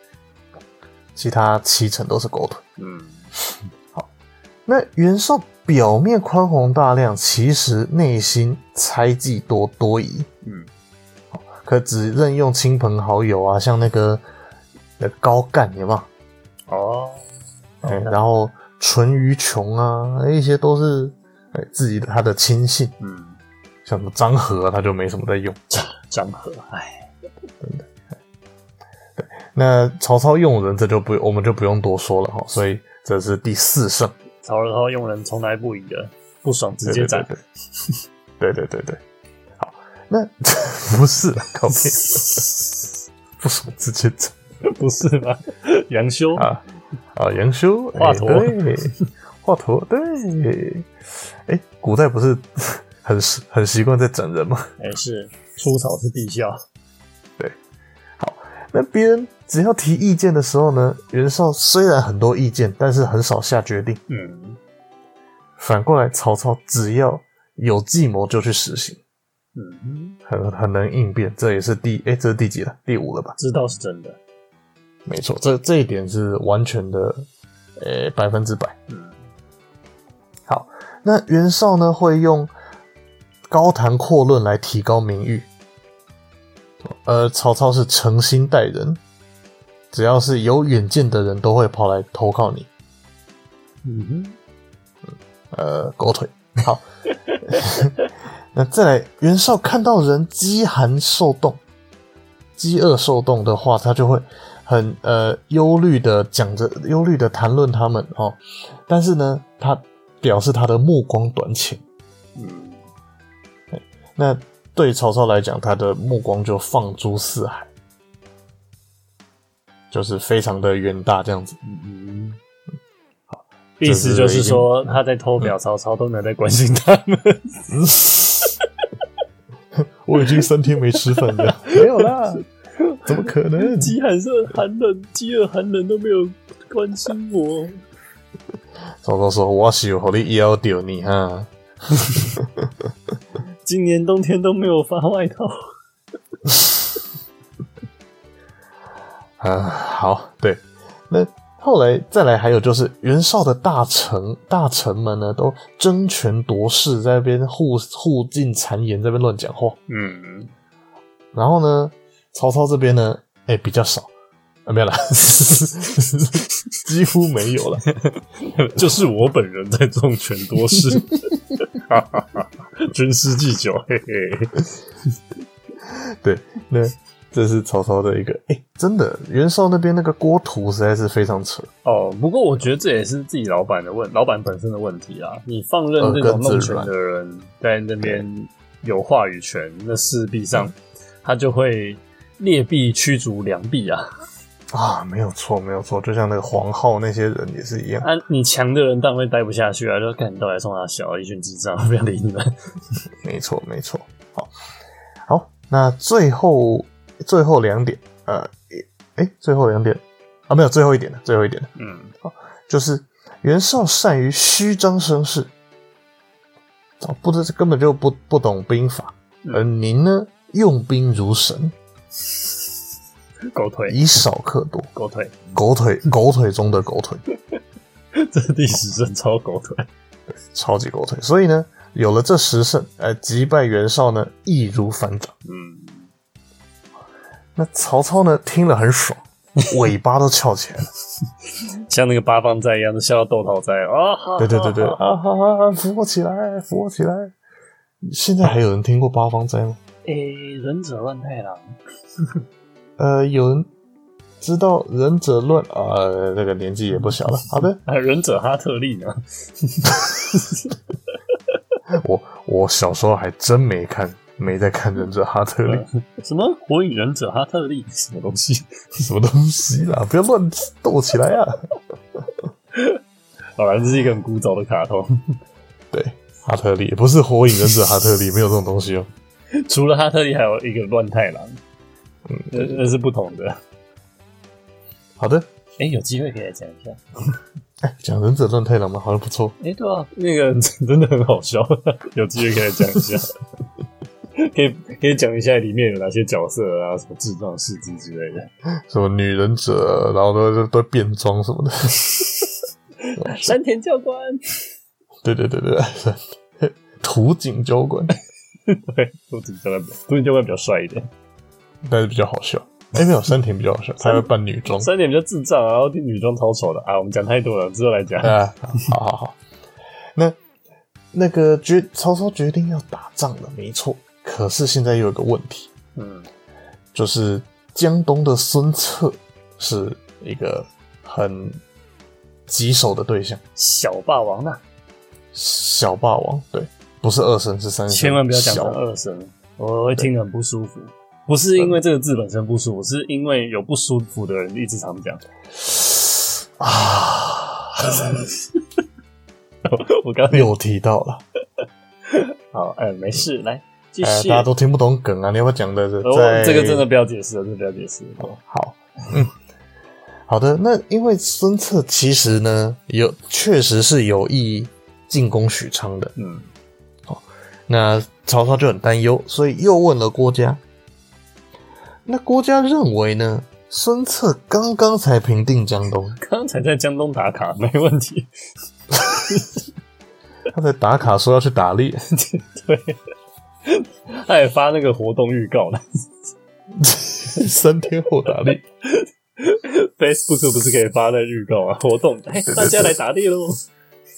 [SPEAKER 2] 其他七成都是狗腿。
[SPEAKER 1] 嗯，
[SPEAKER 2] 那袁绍表面宽宏大量，其实内心猜忌多多疑。
[SPEAKER 1] 嗯，
[SPEAKER 2] 可只任用亲朋好友啊，像那个呃高干有没有？
[SPEAKER 1] 哦，
[SPEAKER 2] 哎、然后淳于琼啊，哎一些都是哎、自己的他的亲信，
[SPEAKER 1] 嗯，
[SPEAKER 2] 像什么张合、啊，他就没什么在用。
[SPEAKER 1] 张合，哎，
[SPEAKER 2] 那曹操用人，这就不我们就不用多说了哈。所以这是第四胜，
[SPEAKER 1] 曹操用人从来不疑的，不爽直接斩。
[SPEAKER 2] 对对对对对对对。好，那 [LAUGHS] 不是啦搞屁，不是我直接斩。
[SPEAKER 1] [LAUGHS] 不是吗？杨修，
[SPEAKER 2] 啊啊，杨修
[SPEAKER 1] 华佗
[SPEAKER 2] 哎对，华佗对，哎、古代不是 [LAUGHS] 很习很习惯在整人吗？ [LAUGHS]
[SPEAKER 1] 哎、是出草是地下。
[SPEAKER 2] 那别人只要提意见的时候呢，袁绍虽然很多意见，但是很少下决定。
[SPEAKER 1] 嗯
[SPEAKER 2] 反过来，曹操只要有计谋就去实行，
[SPEAKER 1] 嗯，
[SPEAKER 2] 很很能应变，这也是第哎、这是第几了？第五了吧？
[SPEAKER 1] 知道是真的。
[SPEAKER 2] 没错，这这一点是完全的，呃、百分之百。
[SPEAKER 1] 嗯
[SPEAKER 2] 好，那袁绍呢会用高谈阔论来提高名誉，而曹操是诚心待人，只要是有远见的人都会跑来投靠你，
[SPEAKER 1] 嗯，
[SPEAKER 2] 呃，狗腿。 [LAUGHS] 好，那再来，袁绍看到人饥寒受冻、饥饿受冻的话，他就会很呃忧虑的讲着、忧虑的谈论他们哦。但是呢，他表示他的目光短浅。
[SPEAKER 1] 嗯，
[SPEAKER 2] 那对曹操来讲，他的目光就放诸四海，就是非常的远大这样子。
[SPEAKER 1] 嗯，意思就是说他在偷表曹操，都没有在关心他们。
[SPEAKER 2] 我已经三天没吃饭了， [LAUGHS] 没有啦，怎么可能？
[SPEAKER 1] 饥寒是寒冷，饥饿寒冷都没有关心我。
[SPEAKER 2] 曹操说：“我是有和你要掉你哈。
[SPEAKER 1] 今年冬天都没有发外套。”
[SPEAKER 2] 啊，好，对。那后来再来还有就是袁绍的大臣大臣们呢，都争权夺势，在那边互互进谗言，在那边乱讲话。
[SPEAKER 1] 嗯，
[SPEAKER 2] 然后呢，曹操这边呢，哎、比较少，啊，没有啦，几乎没有了。
[SPEAKER 1] 就是我本人在重权多事， [LAUGHS] 军师祭酒，嘿嘿。
[SPEAKER 2] 对，那这是曹操的一个，哎、真的，袁绍那边那个郭图实在是非常扯，
[SPEAKER 1] 哦，不过我觉得这也是自己老板的问，老板本身的问题啊。你放任这
[SPEAKER 2] 耳
[SPEAKER 1] 种
[SPEAKER 2] 根子
[SPEAKER 1] 弄权
[SPEAKER 2] 软
[SPEAKER 1] 的人在那边有话语权，那势必上他就会劣币驱逐良币啊。
[SPEAKER 2] 啊，没有错，没有错，就像那个黄皓那些人也是一样。
[SPEAKER 1] 啊，你强的人当然会待不下去啊，就看你到底送他小一群智障， [LAUGHS] 不要理你们。
[SPEAKER 2] 没错，没错。好，好，那最后最后两点，呃，诶、诶最后两点啊，没有最后一点的，最后一点的
[SPEAKER 1] 嗯
[SPEAKER 2] 就是袁绍善于虚张声势，哦，不知根本就不不懂兵法，
[SPEAKER 1] 嗯
[SPEAKER 2] 而您呢，用兵如神，
[SPEAKER 1] 狗腿，
[SPEAKER 2] 以少克多，
[SPEAKER 1] 狗腿，
[SPEAKER 2] 狗腿狗腿中的狗腿，
[SPEAKER 1] [LAUGHS] 这历史真超狗腿。
[SPEAKER 2] 超级狗腿。所以呢，有了这十胜，呃，击败袁绍呢，易如反掌。
[SPEAKER 1] 嗯，
[SPEAKER 2] 那曹操呢，听了很爽，尾巴都翘起来了。
[SPEAKER 1] 像那个八方斋一样的笑到豆桃斋啊！哈
[SPEAKER 2] 对对对对，
[SPEAKER 1] 哈哈
[SPEAKER 2] 啊哈哈，扶我起来，扶我起来！现在还有人听过八方斋吗？
[SPEAKER 1] 诶，忍者乱太郎，
[SPEAKER 2] 呃，有人知道忍者乱啊、呃？那个年纪也不小了。好的，
[SPEAKER 1] 啊，忍者哈特利呢？
[SPEAKER 2] 我我小时候还真没看，没在看忍者哈特利，
[SPEAKER 1] 什么火影忍者哈特利？什么东西？
[SPEAKER 2] 什么东西啦？不要乱斗起来啊！
[SPEAKER 1] 好了，这是一个很古早的卡通。
[SPEAKER 2] 对，哈特利不是火影忍者哈特利，没有这种东西哦。
[SPEAKER 1] 除了哈特利，还有一个乱太郎，那那是不同的。
[SPEAKER 2] 好的，
[SPEAKER 1] 哎、有机会可以来讲一下。
[SPEAKER 2] 哎，讲忍者乱太郎嘛，好像不错。
[SPEAKER 1] 哎、对啊，那个 [LAUGHS] 真的很好笑， [LAUGHS] 有机会可以来讲一下。 [LAUGHS] 可以可以讲一下里面有哪些角色啊，什么智障事迹之类的。
[SPEAKER 2] 什么女忍者，然后都都变装什么的。
[SPEAKER 1] 山田教官，
[SPEAKER 2] 对对对对对， [LAUGHS] 土井交管，
[SPEAKER 1] 对，都挺教官比较，都挺教官比较帅一点。
[SPEAKER 2] 但是比较好笑。哎，没有，山田比较好笑，他会扮女装。
[SPEAKER 1] 三点比较智障啊，然后女装超丑的啊。我们讲太多了，之后来讲。
[SPEAKER 2] 啊，好好好。那那个决曹操决定要打仗了，没错。可是现在又有个问题，
[SPEAKER 1] 嗯，
[SPEAKER 2] 就是江东的孙策是一个很棘手的对象，
[SPEAKER 1] 小霸王啊呐、
[SPEAKER 2] 小霸王。对，不是二声是三声，
[SPEAKER 1] 嗯千万不要讲
[SPEAKER 2] 小
[SPEAKER 1] 成二声，我会听得很不舒服。不是因为这个字本身不舒服，是因为有不舒服的人一直常 [LAUGHS] 讲。
[SPEAKER 2] 啊，
[SPEAKER 1] 我刚才
[SPEAKER 2] [LAUGHS] 又提到了。
[SPEAKER 1] 好，哎、没事，来继
[SPEAKER 2] 呃，
[SPEAKER 1] 续。
[SPEAKER 2] 大家都听不懂梗啊！你要不要讲的是
[SPEAKER 1] 哦
[SPEAKER 2] 在
[SPEAKER 1] 这个真的不要解释了，真的不要解释了。
[SPEAKER 2] 好，嗯，好的。那因为孙策其实呢，有确实是有意进攻许昌的，
[SPEAKER 1] 嗯，
[SPEAKER 2] 那曹操就很担忧，所以又问了郭嘉。那郭嘉认为呢，孙策刚刚才平定江东，
[SPEAKER 1] 刚才在江东打卡，没问题。
[SPEAKER 2] 他在打卡说要去打猎， [LAUGHS]
[SPEAKER 1] 对，他也发那个活动预告了。
[SPEAKER 2] 三天后打猎。
[SPEAKER 1] Facebook 不是可以发那预告啊？活动，哎、
[SPEAKER 2] 对对
[SPEAKER 1] 大家来打猎喽！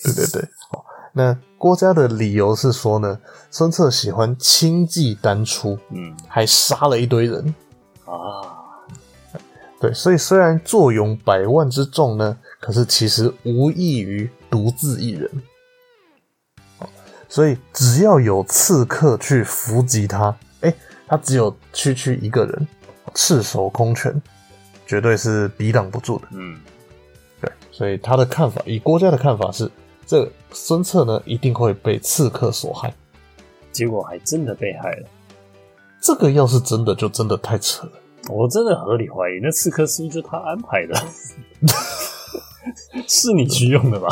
[SPEAKER 2] 对对对，好。那郭嘉的理由是说呢，孙策喜欢轻骑单出，
[SPEAKER 1] [LAUGHS] 嗯
[SPEAKER 2] 还杀了一堆人。
[SPEAKER 1] 啊，
[SPEAKER 2] 对，所以虽然坐拥百万之众呢，可是其实无异于独自一人。哦所以只要有刺客去伏击他，哎、他只有区区一个人，赤手空拳，绝对是抵挡不住的。
[SPEAKER 1] 嗯，
[SPEAKER 2] 对，所以他的看法，以郭嘉的看法是，这孙策呢一定会被刺客所害。
[SPEAKER 1] 结果还真的被害了。
[SPEAKER 2] 这个要是真的，就真的太扯了。
[SPEAKER 1] 我真的合理怀疑，那刺客是不是就他安排 [LAUGHS] 的？是你去用的吧？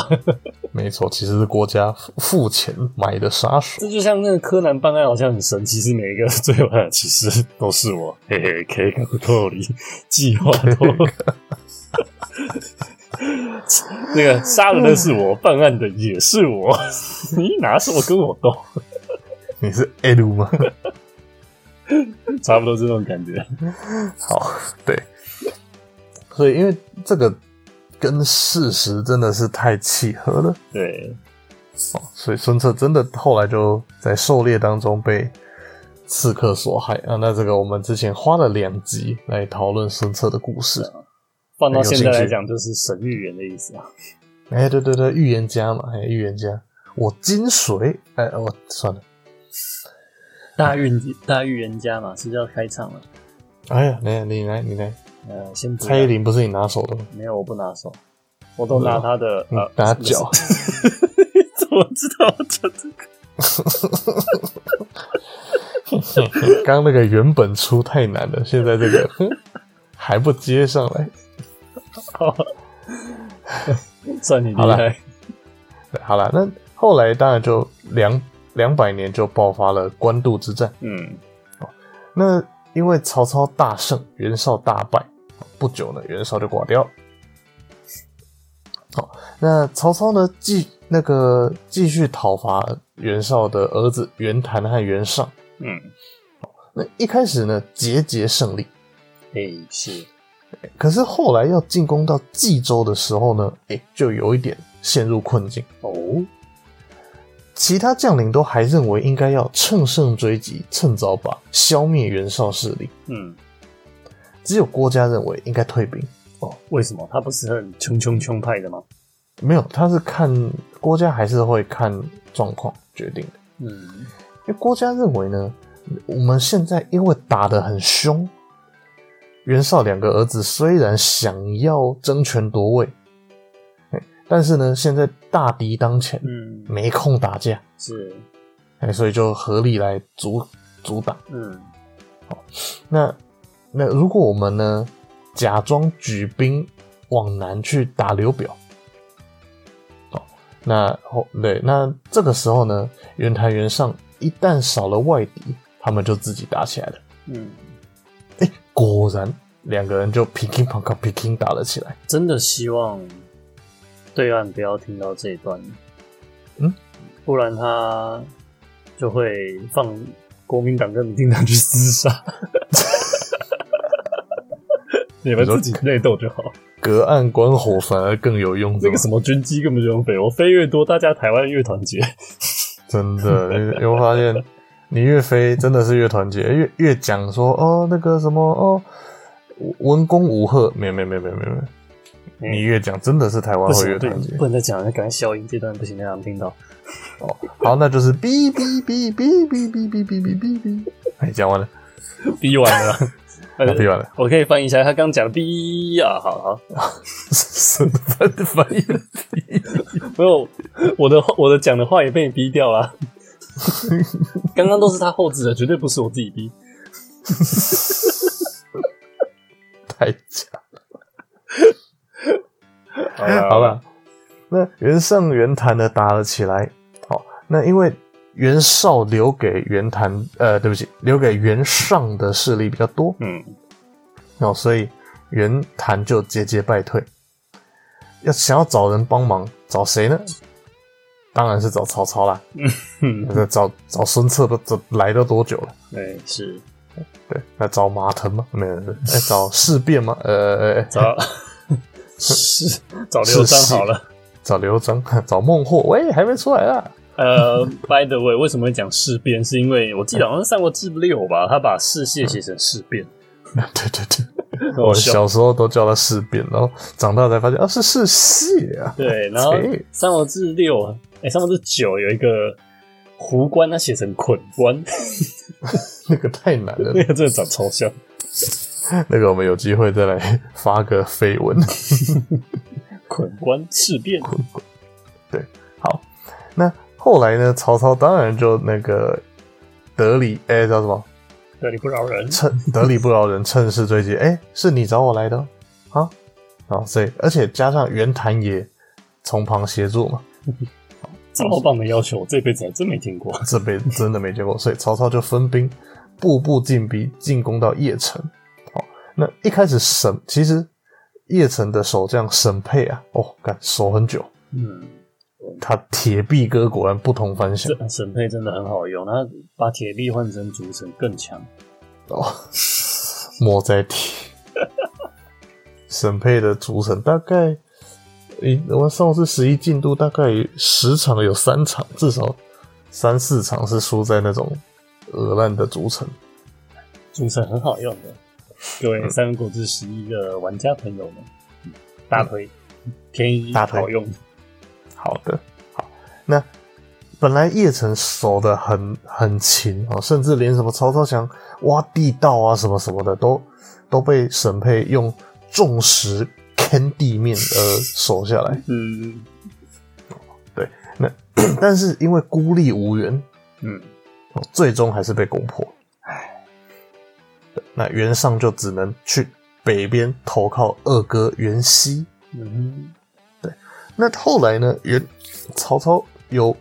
[SPEAKER 2] 没错，其实是郭嘉付付钱买的杀手。
[SPEAKER 1] 这就像那个柯南办案好像很神奇，是每一个 [LAUGHS] 最后的其实都是我，嘿嘿，K 卡库托里计划都。那个杀人的是我，办案的也是我，你拿什么跟我斗？
[SPEAKER 2] 你是 A 鲁吗？
[SPEAKER 1] 差不多这种感觉。
[SPEAKER 2] 好， [LAUGHS] 对，所以因为这个跟事实真的是太契合了，
[SPEAKER 1] 对，
[SPEAKER 2] 哦、所以孙策真的后来就在狩猎当中被刺客所害啊。那这个我们之前花了两集来讨论孙策的故事，
[SPEAKER 1] 放到现在来讲，就是神预言的意思啊。
[SPEAKER 2] 哎，对对对，预言家嘛，哎，预言家，我金水，哎，我算了，
[SPEAKER 1] 大预大预言家嘛，是不是要开场了。
[SPEAKER 2] 哎呀，来你来你来，
[SPEAKER 1] 呃，先不要
[SPEAKER 2] 蔡依林不是你拿手的吗？ [LAUGHS]
[SPEAKER 1] 没有，我不拿手，我都拿他的
[SPEAKER 2] 你
[SPEAKER 1] 呃
[SPEAKER 2] 拿脚。
[SPEAKER 1] [LAUGHS] 怎么知道我讲这个？
[SPEAKER 2] 刚那个原本出太难了，现在这个 [LAUGHS] 哼还不接上来。
[SPEAKER 1] 好， [LAUGHS] 算你厉
[SPEAKER 2] 好了
[SPEAKER 1] 害。
[SPEAKER 2] 对好了，那后来当然就两两百年就爆发了官渡之战。
[SPEAKER 1] 嗯
[SPEAKER 2] 那因为曹操大胜，袁绍大败，不久呢，袁绍就挂掉了。好，那曹操呢继那个继续讨伐袁绍的儿子袁谭和袁尚。
[SPEAKER 1] 嗯，
[SPEAKER 2] 那一开始呢节节胜利，
[SPEAKER 1] 哎诶、是
[SPEAKER 2] 可是后来要进攻到冀州的时候呢，哎、就有一点陷入困境。
[SPEAKER 1] 哦，
[SPEAKER 2] 其他将领都还认为应该要乘胜追击，趁早把消灭袁绍势力。
[SPEAKER 1] 嗯，
[SPEAKER 2] 只有郭嘉认为应该退兵，
[SPEAKER 1] 哦，为什么他不是很穷穷穷派的吗？
[SPEAKER 2] 没有，他是看郭嘉还是会看状况决定的。
[SPEAKER 1] 嗯，
[SPEAKER 2] 因为郭嘉认为呢，我们现在因为打得很凶，袁绍两个儿子虽然想要争权夺位，哎但是呢，现在大敌当前，
[SPEAKER 1] 嗯，
[SPEAKER 2] 没空打架，
[SPEAKER 1] 是，
[SPEAKER 2] 哎，所以就合力来阻 [LAUGHS] 阻挡。
[SPEAKER 1] 嗯
[SPEAKER 2] 那那如果我们呢，假装举兵往南去打刘表，哦，那后对，那这个时候呢，袁谭袁尚一旦少了外敌，他们就自己打起来了。
[SPEAKER 1] 嗯，
[SPEAKER 2] 哎、果然两个人就乒乒乓乓乒乒打了起来。
[SPEAKER 1] 真的希望对岸不要听到这一段，
[SPEAKER 2] 嗯，
[SPEAKER 1] 不然他就会放国民党跟民进党去厮杀。 [LAUGHS] 你们自己内斗就好，
[SPEAKER 2] 隔岸观火反而更有用，
[SPEAKER 1] 那个什么军机根本就用飞，我飞越多，大家台湾越团结。
[SPEAKER 2] 真的，你你会发现，你越飞真的是越团结，越越讲说哦那个什么哦，文攻武赫，没有没有没有没有没有没有，你越讲真的是台湾
[SPEAKER 1] 不
[SPEAKER 2] 会
[SPEAKER 1] 行，
[SPEAKER 2] 越
[SPEAKER 1] 对
[SPEAKER 2] 团结，。
[SPEAKER 1] 嗯不能再讲了，赶快消音这段不行，让他们听到。
[SPEAKER 2] 哦，好，那就是哔哔哔哔哔哔哔哔哔哔哔，哎，讲完了，
[SPEAKER 1] 逼完
[SPEAKER 2] [LAUGHS]
[SPEAKER 1] 了，呃
[SPEAKER 2] 哔完了，
[SPEAKER 1] 我可以翻译一下他刚讲的逼啊，好好，
[SPEAKER 2] 什么反应？
[SPEAKER 1] 没有我的我的讲的话也被你逼掉了。 [LAUGHS] 刚刚都是他后置的，绝对不是我自己逼。
[SPEAKER 2] 太假。
[SPEAKER 1] 好了
[SPEAKER 2] 好，吧，那袁胜袁谭呢打了起来。好，那因为袁绍留给袁谭，呃，对不起，留给袁尚的势力比较多，
[SPEAKER 1] 嗯
[SPEAKER 2] 哦，所以袁谭就节节败退。要想要找人帮忙，找谁呢？当然是找曹操啦。
[SPEAKER 1] 哼，
[SPEAKER 2] 那找找孙策都这来都多久了？
[SPEAKER 1] 对，哎是
[SPEAKER 2] 对，那找马腾吗？没有，没有哎，找事变吗？呃，呃呃
[SPEAKER 1] 找 [LAUGHS] 是找刘璋好了。
[SPEAKER 2] 找刘璋，找孟获。喂，还没出来啊？
[SPEAKER 1] 呃，by the way，为什么会讲事变？是因为我记得好像是《三国志六》吧，他把事谢写成事变，
[SPEAKER 2] [LAUGHS] 对对对，
[SPEAKER 1] 很好
[SPEAKER 2] 我
[SPEAKER 1] 笑。
[SPEAKER 2] 小时候都叫他事变，然后长大才发现啊是是谢啊。
[SPEAKER 1] 对，然后
[SPEAKER 2] 谁
[SPEAKER 1] 《三国志六》哎，《三国志九》有一个胡官，他写成捆官，
[SPEAKER 2] 那个太难了，
[SPEAKER 1] [LAUGHS] 那个真的长超像。
[SPEAKER 2] 那个我们有机会再来发个绯闻。
[SPEAKER 1] 捆官事变，
[SPEAKER 2] 好，那后来呢？曹操当然就那个得理，哎、叫什么？
[SPEAKER 1] 对你不饶人。
[SPEAKER 2] 趁得理不饶人，趁势追击。哎、是你找我来的哦啊？啊，所以而且加上袁谭也从旁协助嘛，
[SPEAKER 1] 这么棒的要求，我这辈子还真没听过。
[SPEAKER 2] 这辈子真的没见过，所以曹操就分兵步步进逼，进攻到邺城。好，那一开始沈其实邺城的守将沈佩啊，哦，干守很久，
[SPEAKER 1] 嗯，
[SPEAKER 2] 他铁臂哥果然不同凡响
[SPEAKER 1] 这沈配真的很好用，他把铁力换成竹绳更强。
[SPEAKER 2] [LAUGHS] 哦，莫再提。沈佩的主审大概，诶、我上次十一进度大概十场有三场，至少三四场是输在那种鹅烂的主城。
[SPEAKER 1] 竹绳很好用的，各位《三国志十一》的玩家朋友们，大推，便宜
[SPEAKER 2] 大推
[SPEAKER 1] 好用。
[SPEAKER 2] 好的，好，那本来叶城守的很很勤哦，甚至连什么曹操想挖地道啊什么什么的，都都被沈佩用重石坑地面而守下来。
[SPEAKER 1] 嗯
[SPEAKER 2] 那但是因为孤立无援，
[SPEAKER 1] 嗯，
[SPEAKER 2] 哦最终还是被攻破。对那袁尚就只能去北边投靠二哥袁熙。
[SPEAKER 1] 嗯
[SPEAKER 2] 那后来呢？袁曹操有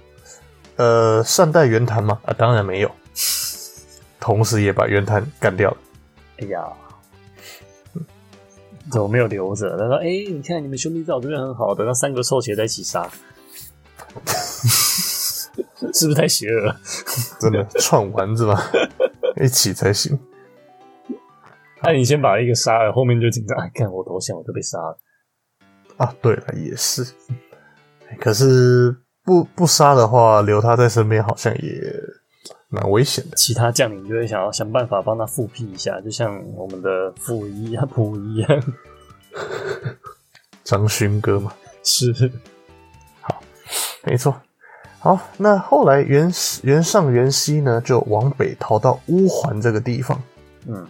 [SPEAKER 2] 呃善待袁谭吗？啊，当然没有。同时也把袁谭干掉了。
[SPEAKER 1] 哼，哎呀，怎么没有留着？他说：“哎、你看你们兄弟在我这边很好的，那三个凑齐在一起 [LAUGHS] 杀，是不是太邪恶了？”
[SPEAKER 2] 真的串丸子吧，一起才行。
[SPEAKER 1] 那你先把一个杀了，后面就紧张。哎，看我投降，我就被杀了。
[SPEAKER 2] 啊，对了，也是。可是不不杀的话，留他在身边好像也蛮危险的。
[SPEAKER 1] 其他将领就会想要想办法帮他复辟一下，就像我们的溥仪啊、溥仪一样。
[SPEAKER 2] 张勋哥嘛，
[SPEAKER 1] 是，
[SPEAKER 2] 没错。好，那后来袁袁尚、袁熙呢，就往北逃到乌桓这个地方。
[SPEAKER 1] 嗯，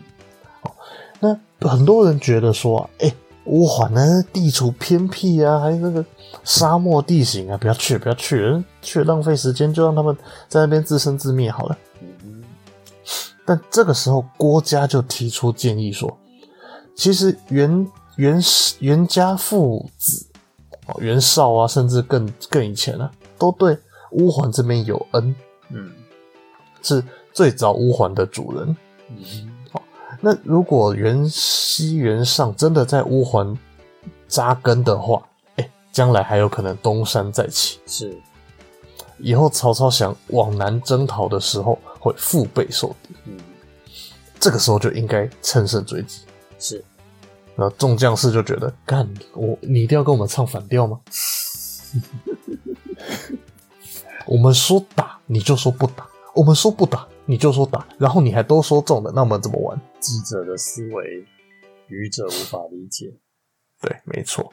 [SPEAKER 2] 那很多人觉得说，哎、乌桓呢地处偏僻啊，还有那个沙漠地形啊，不要去，不要去，去浪费时间，就让他们在那边自生自灭好了。
[SPEAKER 1] 嗯
[SPEAKER 2] 但这个时候，郭嘉就提出建议说，其实袁袁袁家父子，哦袁绍啊，甚至更更以前啊，都对乌桓这边有恩，
[SPEAKER 1] 嗯
[SPEAKER 2] 是最早乌桓的主人。
[SPEAKER 1] 嗯，
[SPEAKER 2] 那如果袁熙、袁尚真的在乌桓扎根的话，哎、将来还有可能东山再起。
[SPEAKER 1] 是，
[SPEAKER 2] 以后曹操想往南征讨的时候，会腹背受敌，
[SPEAKER 1] 嗯
[SPEAKER 2] 这个时候就应该乘胜追击。
[SPEAKER 1] 是，
[SPEAKER 2] 然后众将士就觉得，干我你一定要跟我们唱反调吗？ [LAUGHS] 我们说打你就说不打，我们说不打你就说打，然后你还都说中了，那我们怎么玩？
[SPEAKER 1] 智者的思维，愚者无法理解。
[SPEAKER 2] 对，没错。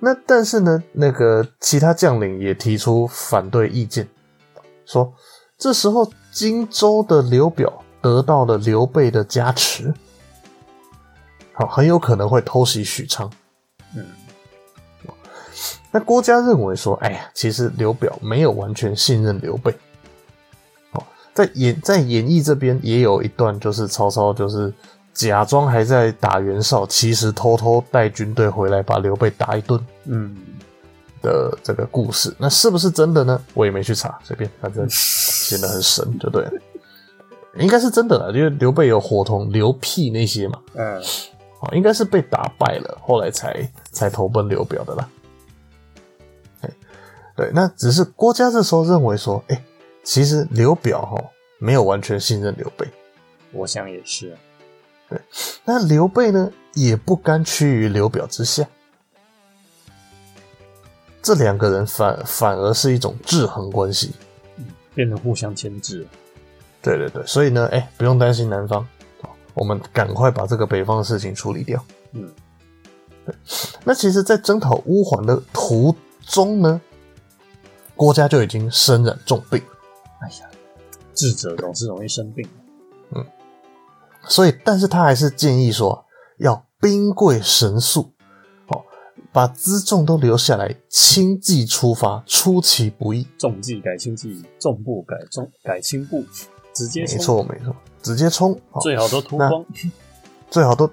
[SPEAKER 2] 那但是呢，那个其他将领也提出反对意见，说这时候荆州的刘表得到了刘备的加持，好，很有可能会偷袭许昌。
[SPEAKER 1] 嗯
[SPEAKER 2] 那郭嘉认为说，哎呀，其实刘表没有完全信任刘备。哦，在演在演义这边也有一段，就是曹操就是假装还在打袁绍，其实偷偷带军队回来把刘备打一顿
[SPEAKER 1] 嗯，
[SPEAKER 2] 的这个故事。那是不是真的呢？我也没去查，随便，反正显得很神就对了。应该是真的啦，因为刘备有伙同刘辟那些嘛，
[SPEAKER 1] 嗯
[SPEAKER 2] 哦，应该是被打败了，后来才才投奔刘表的啦。哎对，那只是郭嘉这时候认为说，哎、其实刘表哈没有完全信任刘备，
[SPEAKER 1] 我想也是。
[SPEAKER 2] 那刘备呢也不甘屈于刘表之下，这两个人反反而是一种制衡关系。
[SPEAKER 1] 变得互相牵制。
[SPEAKER 2] 对对对，所以呢，哎、不用担心南方，我们赶快把这个北方的事情处理掉。
[SPEAKER 1] 嗯，
[SPEAKER 2] 那其实，在征讨乌桓的途中呢，郭嘉就已经身染重病，
[SPEAKER 1] 哎呀，智者总是容易生病。
[SPEAKER 2] 所以，但是他还是建议说，要兵贵神速，哦，把辎重都留下来，轻骑出发，出其不意。
[SPEAKER 1] 重计改轻计，重步改重改轻步，直接
[SPEAKER 2] 没
[SPEAKER 1] 冲，
[SPEAKER 2] 错，没错，直接冲，哦、
[SPEAKER 1] 最好都秃光，
[SPEAKER 2] 最好都，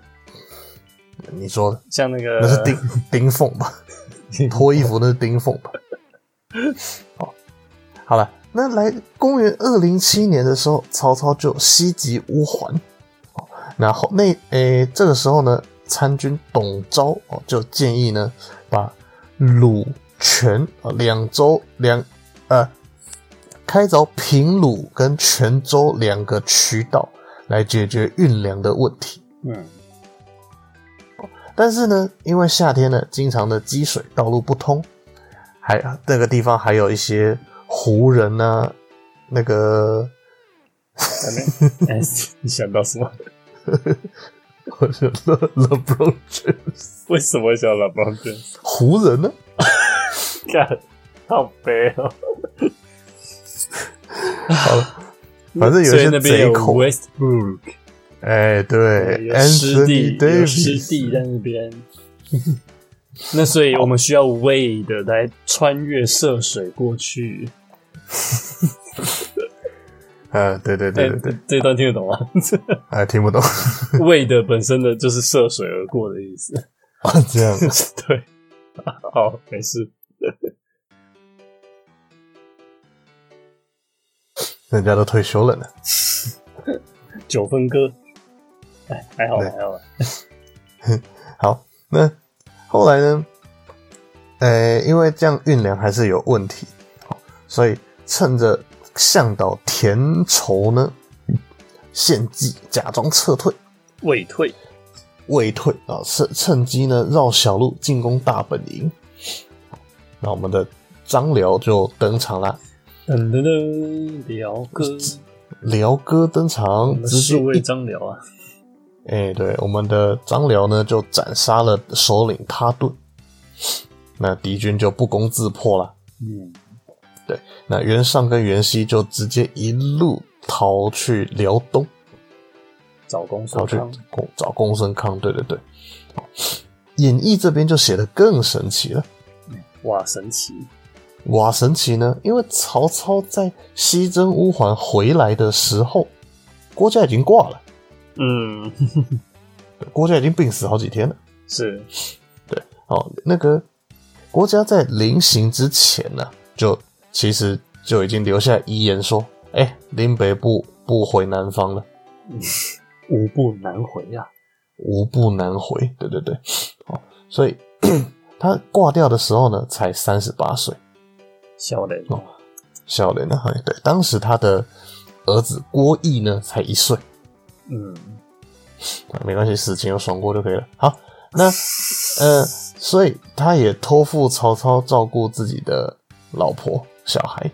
[SPEAKER 2] 你说的
[SPEAKER 1] 像那个
[SPEAKER 2] 那是丁丁奉吧？脱衣服那是丁奉吧？好，好了，那来公元二零七年的时候，曹操就西击乌桓，哦然后那诶、这个时候呢，参军董昭哦就建议呢，把鲁全啊两州两呃开凿平鲁跟泉州两个渠道来解决运粮的问题。
[SPEAKER 1] 嗯
[SPEAKER 2] 但是呢，因为夏天呢，经常的积水，道路不通，还那个地方还有一些胡人呢、那个
[SPEAKER 1] 还没哎， [LAUGHS] 你想到什么？
[SPEAKER 2] 我是 Le LeBron James
[SPEAKER 1] 为什么想老帮这
[SPEAKER 2] 胡人呢、
[SPEAKER 1] 干？好悲哦！
[SPEAKER 2] 好了，反正有一
[SPEAKER 1] 所以
[SPEAKER 2] 些
[SPEAKER 1] 那边
[SPEAKER 2] 贼
[SPEAKER 1] 有
[SPEAKER 2] 口
[SPEAKER 1] Westbrook，
[SPEAKER 2] [LAUGHS] 哎，对
[SPEAKER 1] 有师弟
[SPEAKER 2] ，Anthony
[SPEAKER 1] 有师
[SPEAKER 2] Davis，
[SPEAKER 1] 弟在那边。那所以我们需要 Wade 来穿越涉水过去。
[SPEAKER 2] 呃，对对对对对
[SPEAKER 1] 哎，这段听得懂吗？
[SPEAKER 2] [LAUGHS] 哎，听不懂， [LAUGHS]
[SPEAKER 1] Wade 本身的就是涉水而过的意思。
[SPEAKER 2] [LAUGHS] 这样，
[SPEAKER 1] 对，好，没事。
[SPEAKER 2] 人家都退休了呢。
[SPEAKER 1] 九分哥，哎，还好
[SPEAKER 2] 对
[SPEAKER 1] 还好，
[SPEAKER 2] 好，那后来呢？呃，因为这样运粮还是有问题，好所以趁着向导田畴呢献计，假装撤退，
[SPEAKER 1] 未退。
[SPEAKER 2] 未退啊，趁趁机呢绕小路进攻大本营。那我们的张辽就登场啦，
[SPEAKER 1] 噔噔噔，辽哥，
[SPEAKER 2] 辽哥登
[SPEAKER 1] 我
[SPEAKER 2] 场，
[SPEAKER 1] 们
[SPEAKER 2] 直
[SPEAKER 1] 侍
[SPEAKER 2] 接
[SPEAKER 1] 卫
[SPEAKER 2] 一
[SPEAKER 1] 张辽啊，
[SPEAKER 2] 哎、对，我们的张辽呢就斩杀了首领他顿，那敌军就不攻自破了。
[SPEAKER 1] 嗯，
[SPEAKER 2] 那袁尚跟袁熙就直接一路逃去辽东，
[SPEAKER 1] 找公孙
[SPEAKER 2] 跑去
[SPEAKER 1] 康，
[SPEAKER 2] 公找公孙康。对对对，哦演义这边就写的更神奇了。
[SPEAKER 1] 哇，神奇，
[SPEAKER 2] 哇，神奇呢！因为曹操在西征乌桓回来的时候，郭嘉已经挂了，
[SPEAKER 1] 嗯，
[SPEAKER 2] 郭嘉已经病死好几天了。
[SPEAKER 1] 是，
[SPEAKER 2] 哦，那个国家在临行之前呢、就其实就已经留下遗言说，哎、临北部不回南方了，
[SPEAKER 1] 无不难回啊。
[SPEAKER 2] 无不难回。对对对，哦，所以 [CLEARS THROAT] 他挂掉的时候呢，才三十八岁，
[SPEAKER 1] 笑脸
[SPEAKER 2] 哦小人呢，好像对，当时他的儿子郭义呢才一岁，
[SPEAKER 1] 嗯，
[SPEAKER 2] 啊没关系，死前有爽过就可以了。好，那呃，所以他也托付曹操照顾自己的老婆小孩。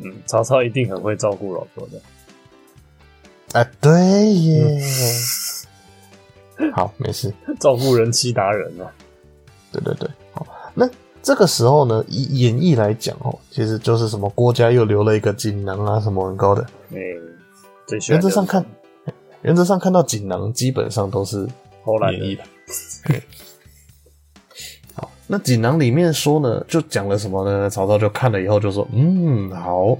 [SPEAKER 1] 嗯，曹操一定很会照顾老婆的。
[SPEAKER 2] 啊，对耶。好，没事。
[SPEAKER 1] [LAUGHS] 照顾人妻达人啊，
[SPEAKER 2] 对对对，好。那这个时候呢，以演义来讲哦，其实就是什么郭嘉又留了一个锦囊啊，什么很高的。
[SPEAKER 1] 哎、最喜
[SPEAKER 2] 原
[SPEAKER 1] 欢就
[SPEAKER 2] 则
[SPEAKER 1] 是
[SPEAKER 2] 上看， [LAUGHS] 原则上看到锦囊基本上都是
[SPEAKER 1] 偷懒
[SPEAKER 2] 演义
[SPEAKER 1] 的，
[SPEAKER 2] 的。好，那锦囊里面说呢，就讲了什么呢？曹操就看了以后就说，嗯，好，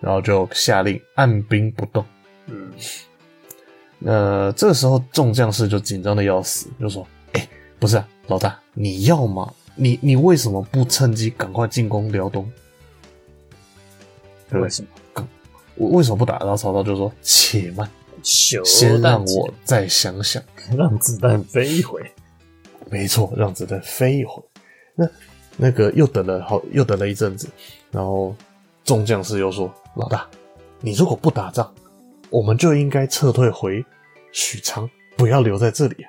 [SPEAKER 2] 然后就下令按兵不动。
[SPEAKER 1] 嗯，
[SPEAKER 2] 那这时候众将士就紧张的要死，就说：“哎、不是啊，老大，你要吗？你你为什么不趁机赶快进攻辽东？对
[SPEAKER 1] 为什么？
[SPEAKER 2] 我为什么不打？”然后曹操就说：“且慢，
[SPEAKER 1] 求
[SPEAKER 2] 先让
[SPEAKER 1] 蛋姐
[SPEAKER 2] 我再想想。
[SPEAKER 1] 让子弹飞一回，
[SPEAKER 2] 没错，让子弹飞一会儿。那那个又等了好，又等了一阵子，然后众将士又说：“老大，你如果不打仗，我们就应该撤退回许昌，不要留在这里啊、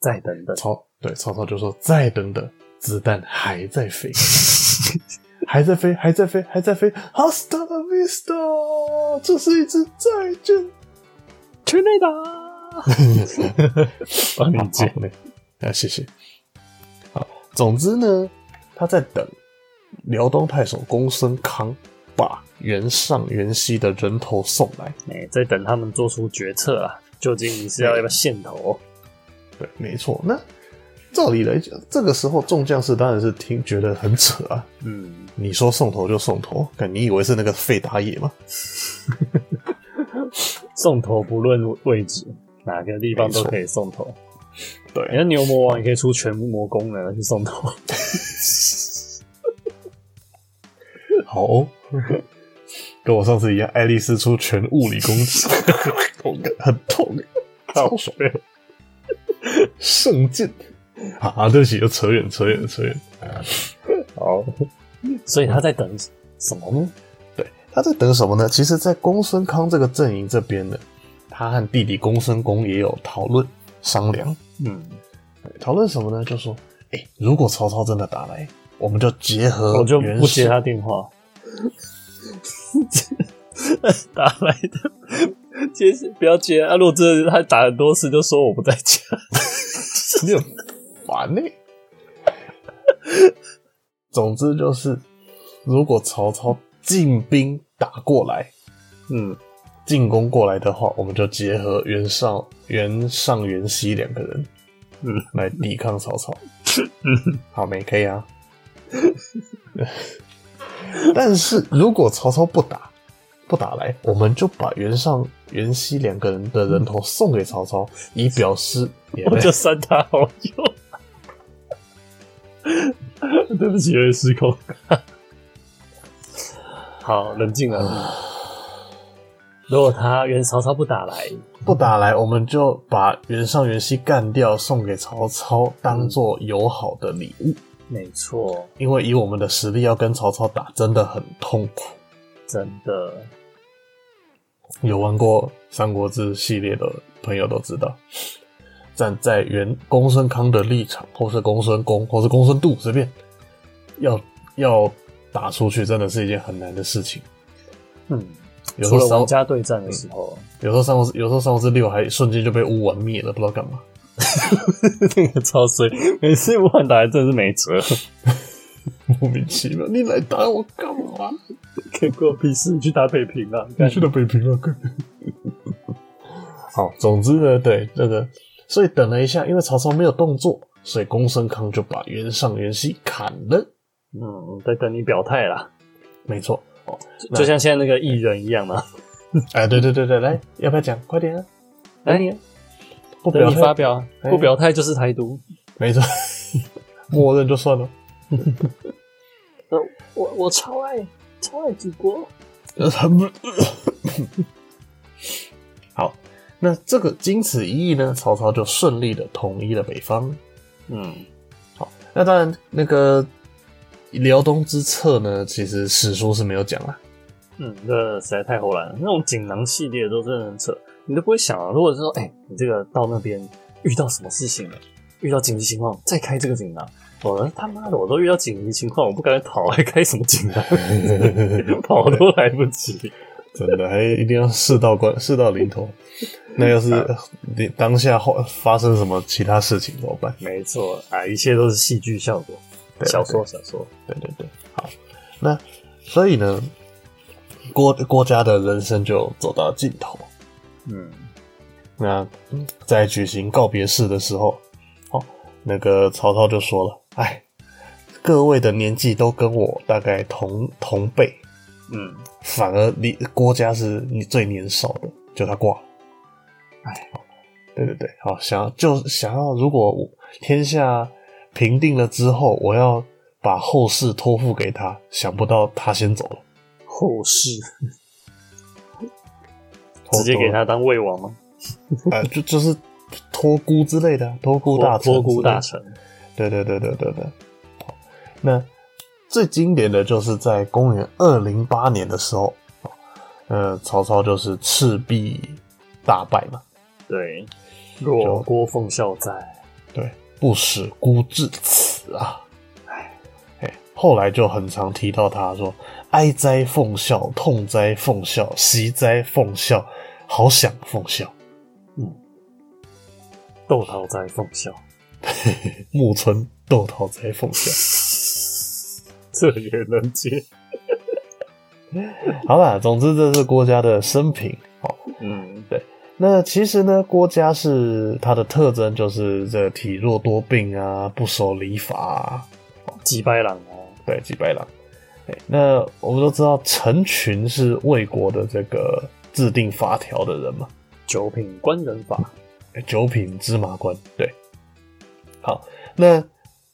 [SPEAKER 1] 再等等，
[SPEAKER 2] 曹对曹操就说：“再等等，子弹还在飞，还在飞，还在飞，还在飞，Hasta la vista，这是一支再见。
[SPEAKER 1] 全内打， [LAUGHS]
[SPEAKER 2] 哦
[SPEAKER 1] 帮你接，
[SPEAKER 2] 好嘞嗯啊，谢谢。好，总之呢，他在等辽东太守公孙康把袁尚、袁熙的人头送来。
[SPEAKER 1] 哎、在等他们做出决策啊，究竟你是要要不要献头？
[SPEAKER 2] 对，没错。那照理来讲，这个时候众将士当然是听觉得很扯啊，
[SPEAKER 1] 嗯，
[SPEAKER 2] 你说送头就送头，看你以为是那个费达野吗？
[SPEAKER 1] 送头不论位置，哪个地方都可以送头。
[SPEAKER 2] 对
[SPEAKER 1] 哎那牛魔王也可以出全魔功能去送头，
[SPEAKER 2] 好、哦， [LAUGHS] 跟我上次一样，爱丽丝出全物理攻击， [LAUGHS] 痛的很痛，超爽。圣剑啊，对不起，又扯远，扯远，扯远。
[SPEAKER 1] 好，所以他在等什么呢？
[SPEAKER 2] 对，他在等什么呢？其实，在公孙康这个阵营这边呢，他和弟弟公孙公也有讨论商量，
[SPEAKER 1] 嗯，
[SPEAKER 2] 讨论什么呢？就说，哎、如果曹操真的打来，我们就结合
[SPEAKER 1] 我就
[SPEAKER 2] 袁
[SPEAKER 1] 不接
[SPEAKER 2] 绍
[SPEAKER 1] 他电 [LAUGHS] 话。打来的接不要接啊！如果真的他打很多次，就说我不在家。
[SPEAKER 2] 你很烦呢、总之就是，如果曹操进兵打过来，
[SPEAKER 1] 嗯，
[SPEAKER 2] 进攻过来的话，我们就结合袁绍、袁尚、袁熙两个人，
[SPEAKER 1] 嗯，
[SPEAKER 2] 来抵抗曹
[SPEAKER 1] [LAUGHS]
[SPEAKER 2] 操。好没可以啊。 [LAUGHS] 但是如果曹操不打，不打来，我们就把袁尚、袁熙两个人的人头送给曹操，以表示也
[SPEAKER 1] 我就删他好友。 [LAUGHS] 对不起，有点失控。好，冷静了。如果他袁曹操不打来，
[SPEAKER 2] 不打来，我们就把袁尚、袁熙干掉，送给曹操，当做友好的礼物。
[SPEAKER 1] 没错，
[SPEAKER 2] 因为以我们的实力要跟曹操打，真的很痛苦。
[SPEAKER 1] 真的
[SPEAKER 2] 有玩过《三国志》系列的朋友都知道，站在原公孙康的立场，或是公孙公，或是公孙度，随便，要要打出去，真的是一件很难的事情。
[SPEAKER 1] 嗯，
[SPEAKER 2] 有时
[SPEAKER 1] 除
[SPEAKER 2] 候
[SPEAKER 1] 了
[SPEAKER 2] 三
[SPEAKER 1] 玩
[SPEAKER 2] 国，
[SPEAKER 1] 家对战的时候，
[SPEAKER 2] 有时候三国，有时候三国志六还瞬间就被乌丸灭了，不知道干嘛。
[SPEAKER 1] [LAUGHS] 那个超衰，每次不换打还真是没 [LAUGHS] 辙，
[SPEAKER 2] 莫名其妙，你来打我干嘛？
[SPEAKER 1] 看过屁事，你去打北平啊！
[SPEAKER 2] 你去了北平了，哥。 [LAUGHS] 好，总之呢，对这个，所以等了一下，因为曹操没有动作，所以公孙康就把袁尚、袁熙砍了。
[SPEAKER 1] 嗯，在等你表态啦，
[SPEAKER 2] 没错，
[SPEAKER 1] 就像现在那个艺人一样嘛。
[SPEAKER 2] 哎，对对对对，来，要不要讲？快点啊！
[SPEAKER 1] 哎
[SPEAKER 2] 等你啊，不
[SPEAKER 1] 等
[SPEAKER 2] 表
[SPEAKER 1] 你发
[SPEAKER 2] 态，
[SPEAKER 1] 表，
[SPEAKER 2] 哎
[SPEAKER 1] 不表态就是台独。
[SPEAKER 2] 没错，默认就算
[SPEAKER 1] [LAUGHS]
[SPEAKER 2] 了。
[SPEAKER 1] 呃，我我超爱超爱祖国。呃
[SPEAKER 2] 好，那这个经此一役呢，曹操就顺利的统一了北方。
[SPEAKER 1] 嗯，
[SPEAKER 2] 好，那当然，那个辽东之策呢，其实史书是没有讲啦。
[SPEAKER 1] 嗯，这实在太后来了。那种锦囊系列都真的很扯，你都不会想啊。如果是说，哎、你这个到那边遇到什么事情了，遇到紧急情况再开这个锦囊，我他妈的我都遇到紧急情况，我不敢跑，还开什么锦囊？ [LAUGHS] 跑都来不及。
[SPEAKER 2] 真的，还一定要事到关事到临头。那要是
[SPEAKER 1] 啊
[SPEAKER 2] 你当下后发生什么其他事情怎么办？
[SPEAKER 1] 没错啊，一切都是戏剧效果。
[SPEAKER 2] 对
[SPEAKER 1] 小说，小说，
[SPEAKER 2] 对对对，好，那所以呢，郭郭嘉的人生就走到尽头。
[SPEAKER 1] 嗯，
[SPEAKER 2] 那嗯在举行告别式的时候，哦，那个曹操就说了：“哎，各位的年纪都跟我大概同同辈，
[SPEAKER 1] 嗯，
[SPEAKER 2] 反而你郭嘉是你最年少的，就他挂了。
[SPEAKER 1] 哎，
[SPEAKER 2] 对对对，好，想要就想要，如果我天下平定了之后，我要把后事托付给他，想不到他先走了，
[SPEAKER 1] 后世直接给他当魏王吗？
[SPEAKER 2] 啊、就 [LAUGHS] 就是托孤之类的，托孤大臣
[SPEAKER 1] 托孤大
[SPEAKER 2] 之类
[SPEAKER 1] 臣，
[SPEAKER 2] 的，对对对对对对。好那最经典的就是在公元二零八年的时候，呃，曹操就是赤壁大败嘛，
[SPEAKER 1] 对，弱郭奉孝在，
[SPEAKER 2] 对，不使孤至此啊。哎，后来就很常提到他说：“哀哉奉孝，痛哉奉孝，惜哉奉孝，好想奉孝。
[SPEAKER 1] 窦桃在奉孝，”
[SPEAKER 2] 木村豆桃哉奉孝。
[SPEAKER 1] [LAUGHS]
[SPEAKER 2] [LAUGHS]
[SPEAKER 1] 这也能接？
[SPEAKER 2] 好啦，总之这是郭嘉的生平。好，
[SPEAKER 1] 嗯，
[SPEAKER 2] 那其实呢，郭嘉是他的特征就是这体弱多病啊，不守礼法啊，
[SPEAKER 1] 击败狼啊，
[SPEAKER 2] 对，几百郎。哎那我们都知道，陈群是魏国的这个制定法条的人嘛。
[SPEAKER 1] 九品官人法，
[SPEAKER 2] 九品芝麻官。对，好，那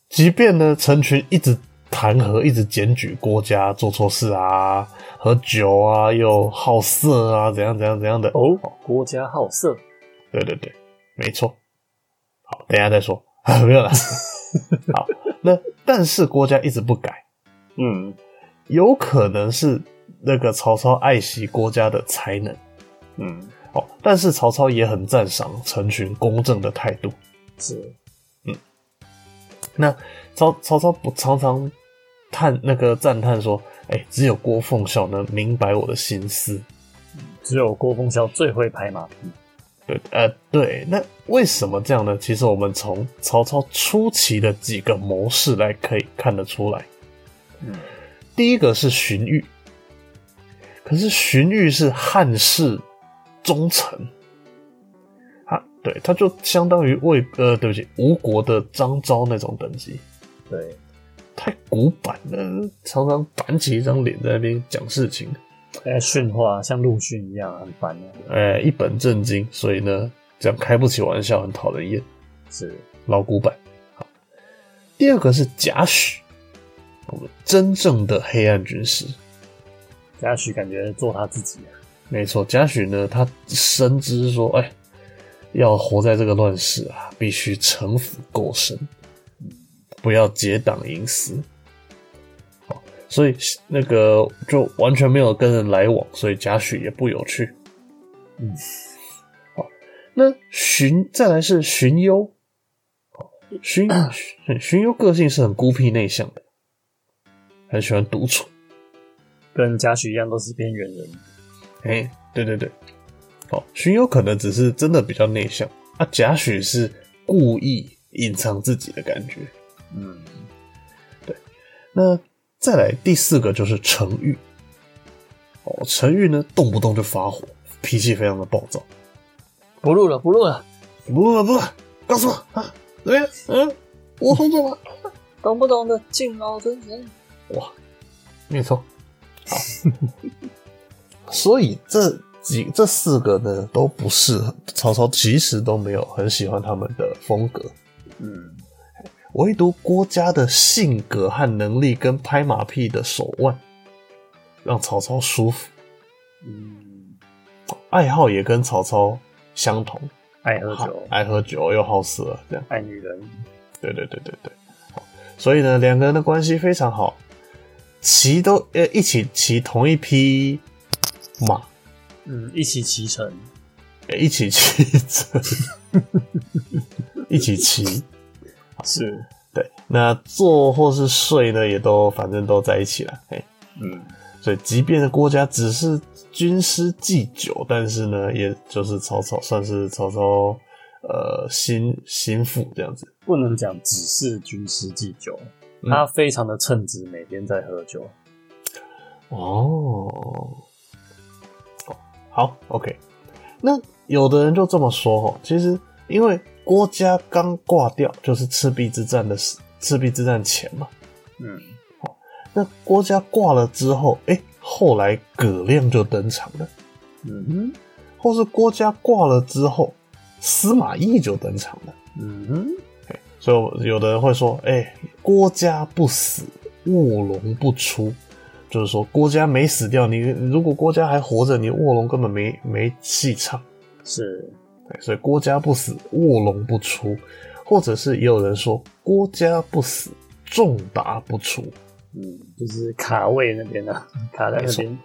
[SPEAKER 2] 即便呢，陈群一直弹劾，一直检举郭嘉做错事啊，喝酒啊，又好色啊，怎样怎样怎样的。
[SPEAKER 1] 哦，郭嘉好色，
[SPEAKER 2] 对对对，没错。好，等一下再说，啊没有了。好，那但是郭嘉一直不改，
[SPEAKER 1] 嗯
[SPEAKER 2] 有可能是那个曹操爱惜郭嘉的才能
[SPEAKER 1] 嗯，
[SPEAKER 2] 哦，但是曹操也很赞赏陈群公正的态度。
[SPEAKER 1] 是，
[SPEAKER 2] 那曹曹操不常常叹那个赞叹说：“哎、只有郭奉孝能明白我的心思。
[SPEAKER 1] 只有郭奉孝最会拍马屁，”
[SPEAKER 2] 对，呃，对。那为什么这样呢？其实我们从曹操初期的几个谋士来可以看得出来。
[SPEAKER 1] 嗯，
[SPEAKER 2] 第一个是荀彧，可是荀彧是汉室忠臣，他对他就相当于魏呃，对不起，吴国的张昭那种等级。
[SPEAKER 1] 对，
[SPEAKER 2] 太古板了，常常板起一张脸在那边讲事情，
[SPEAKER 1] 哎，训话像陆逊一样很烦啊，
[SPEAKER 2] 哎、一本正经，所以呢，这样开不起玩笑，很讨人厌，
[SPEAKER 1] 是，
[SPEAKER 2] 老古板。好，第二个是贾诩，我们真正的黑暗军师，
[SPEAKER 1] 嘉许感觉做他自己啊，
[SPEAKER 2] 没错，贾诩呢，他深知说，哎、要活在这个乱世啊，必须城府够深，不要结党营私。好，所以那个就完全没有跟人来往，所以贾诩也不有趣。
[SPEAKER 1] 嗯，
[SPEAKER 2] 好，那荀再来是荀攸， [COUGHS] 荀荀荀攸个性是很孤僻内向的，很喜欢独处。
[SPEAKER 1] 跟嘉许一样都是边缘人。
[SPEAKER 2] 哎、对对对，哦，荀攸可能只是真的比较内向，啊，贾诩是故意隐藏自己的感觉。
[SPEAKER 1] 嗯，
[SPEAKER 2] 那再来第四个就是程昱，哦，程昱呢动不动就发火，脾气非常的暴躁。
[SPEAKER 1] 不录了，不录了，
[SPEAKER 2] 不录了不录了，告诉我啊，怎么样？嗯，我工作吗？
[SPEAKER 1] 懂不懂的敬老尊贤。
[SPEAKER 2] 没错。好， [LAUGHS] 所以这几这四个呢都不适合曹操，其实都没有很喜欢他们的风格，
[SPEAKER 1] 嗯，
[SPEAKER 2] 唯独郭嘉的性格和能力跟拍马屁的手腕，让曹操舒服，
[SPEAKER 1] 嗯，
[SPEAKER 2] 爱好也跟曹操相同，
[SPEAKER 1] 爱喝酒，
[SPEAKER 2] 爱喝酒又好色，这样。
[SPEAKER 1] 爱女人，
[SPEAKER 2] 对对对对对，好所以呢，两个人的关系非常好，骑都呃一起骑同一匹马，
[SPEAKER 1] 嗯，一起骑乘，
[SPEAKER 2] 呃一起骑车， [LAUGHS] 一起骑。
[SPEAKER 1] 是，
[SPEAKER 2] 对，那坐或是睡呢，也都反正都在一起了。哎，
[SPEAKER 1] 嗯，
[SPEAKER 2] 所以即便郭嘉只是军师祭酒，但是呢，也就是曹操算是曹操呃心心腹这样子。
[SPEAKER 1] 不能讲只是军师祭酒，
[SPEAKER 2] 嗯
[SPEAKER 1] 他非常的称职，每天在喝酒。
[SPEAKER 2] 哦，好，OK。那有的人就这么说哦，其实因为郭嘉刚挂掉，就是赤壁之战的时赤壁之战前嘛。
[SPEAKER 1] 嗯，
[SPEAKER 2] 那郭嘉挂了之后，哎、后来葛亮就登场了，
[SPEAKER 1] 嗯
[SPEAKER 2] 或是郭嘉挂了之后，司马懿就登场了。
[SPEAKER 1] 哼，嗯哼，
[SPEAKER 2] 所以有的人会说，哎、郭嘉不死，卧龙不出，就是说郭嘉没死掉，你如果郭嘉还活着，你卧龙根本没没戏唱。
[SPEAKER 1] 是，
[SPEAKER 2] 对所以郭嘉不死，卧龙不出，或者是也有人说郭嘉不死，仲达不出，
[SPEAKER 1] 嗯，就是卡位那边啊，卡在那边。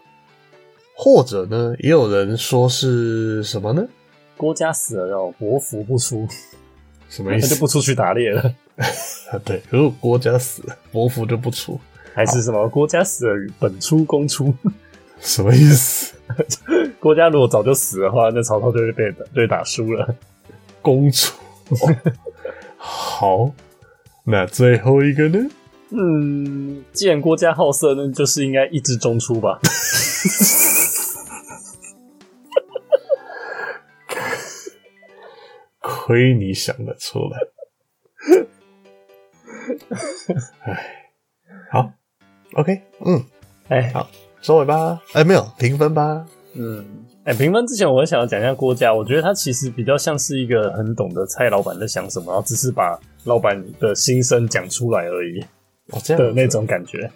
[SPEAKER 2] 或者呢，也有人说是什么呢？
[SPEAKER 1] 郭嘉死了哦，国服不出，
[SPEAKER 2] 什么
[SPEAKER 1] 他
[SPEAKER 2] 意
[SPEAKER 1] 就
[SPEAKER 2] 思？
[SPEAKER 1] 不出去打猎了。
[SPEAKER 2] [LAUGHS] 对，如果郭嘉死，伯服就不出，
[SPEAKER 1] 还是什么？郭嘉死了，本出公出。 [LAUGHS]
[SPEAKER 2] 什么意思？
[SPEAKER 1] 郭嘉如果早就死的话，那曹操就会被被打输了。
[SPEAKER 2] 公主。好，那最后一个呢？
[SPEAKER 1] 嗯，既然郭嘉好色，那就是应该一枝中出吧。
[SPEAKER 2] 亏你想得出来。哎，好，OK，嗯，
[SPEAKER 1] 哎，
[SPEAKER 2] 收尾吧。哎，没有评分吧？
[SPEAKER 1] 嗯，哎，评分之前我很想要讲一下郭嘉，我觉得他其实比较像是一个很懂得蔡老板在想什么，然后只是把老板的心声讲出来而已
[SPEAKER 2] 哦，这
[SPEAKER 1] 的
[SPEAKER 2] 样
[SPEAKER 1] 那，种感觉。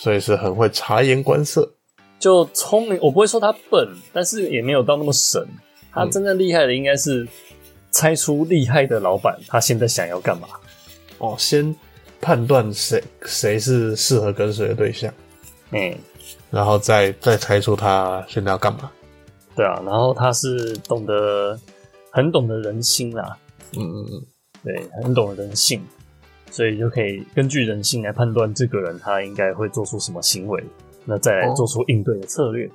[SPEAKER 2] 所以是很会察言观色。
[SPEAKER 1] 就聪明，我不会说他笨，但是也没有到那么神。他真正厉害的应该是猜出厉害的老板他现在想要干嘛。
[SPEAKER 2] 哦，先判断谁谁是适合跟谁的对象，
[SPEAKER 1] 嗯，
[SPEAKER 2] 然后再再猜出他现在要干嘛。
[SPEAKER 1] 对啊，然后他是懂得很懂得人心啊啦，
[SPEAKER 2] 嗯嗯嗯，
[SPEAKER 1] 对，很懂得人性，所以就可以根据人性来判断这个人他应该会做出什么行为，那再来
[SPEAKER 2] 哦
[SPEAKER 1] 做出应对的策略，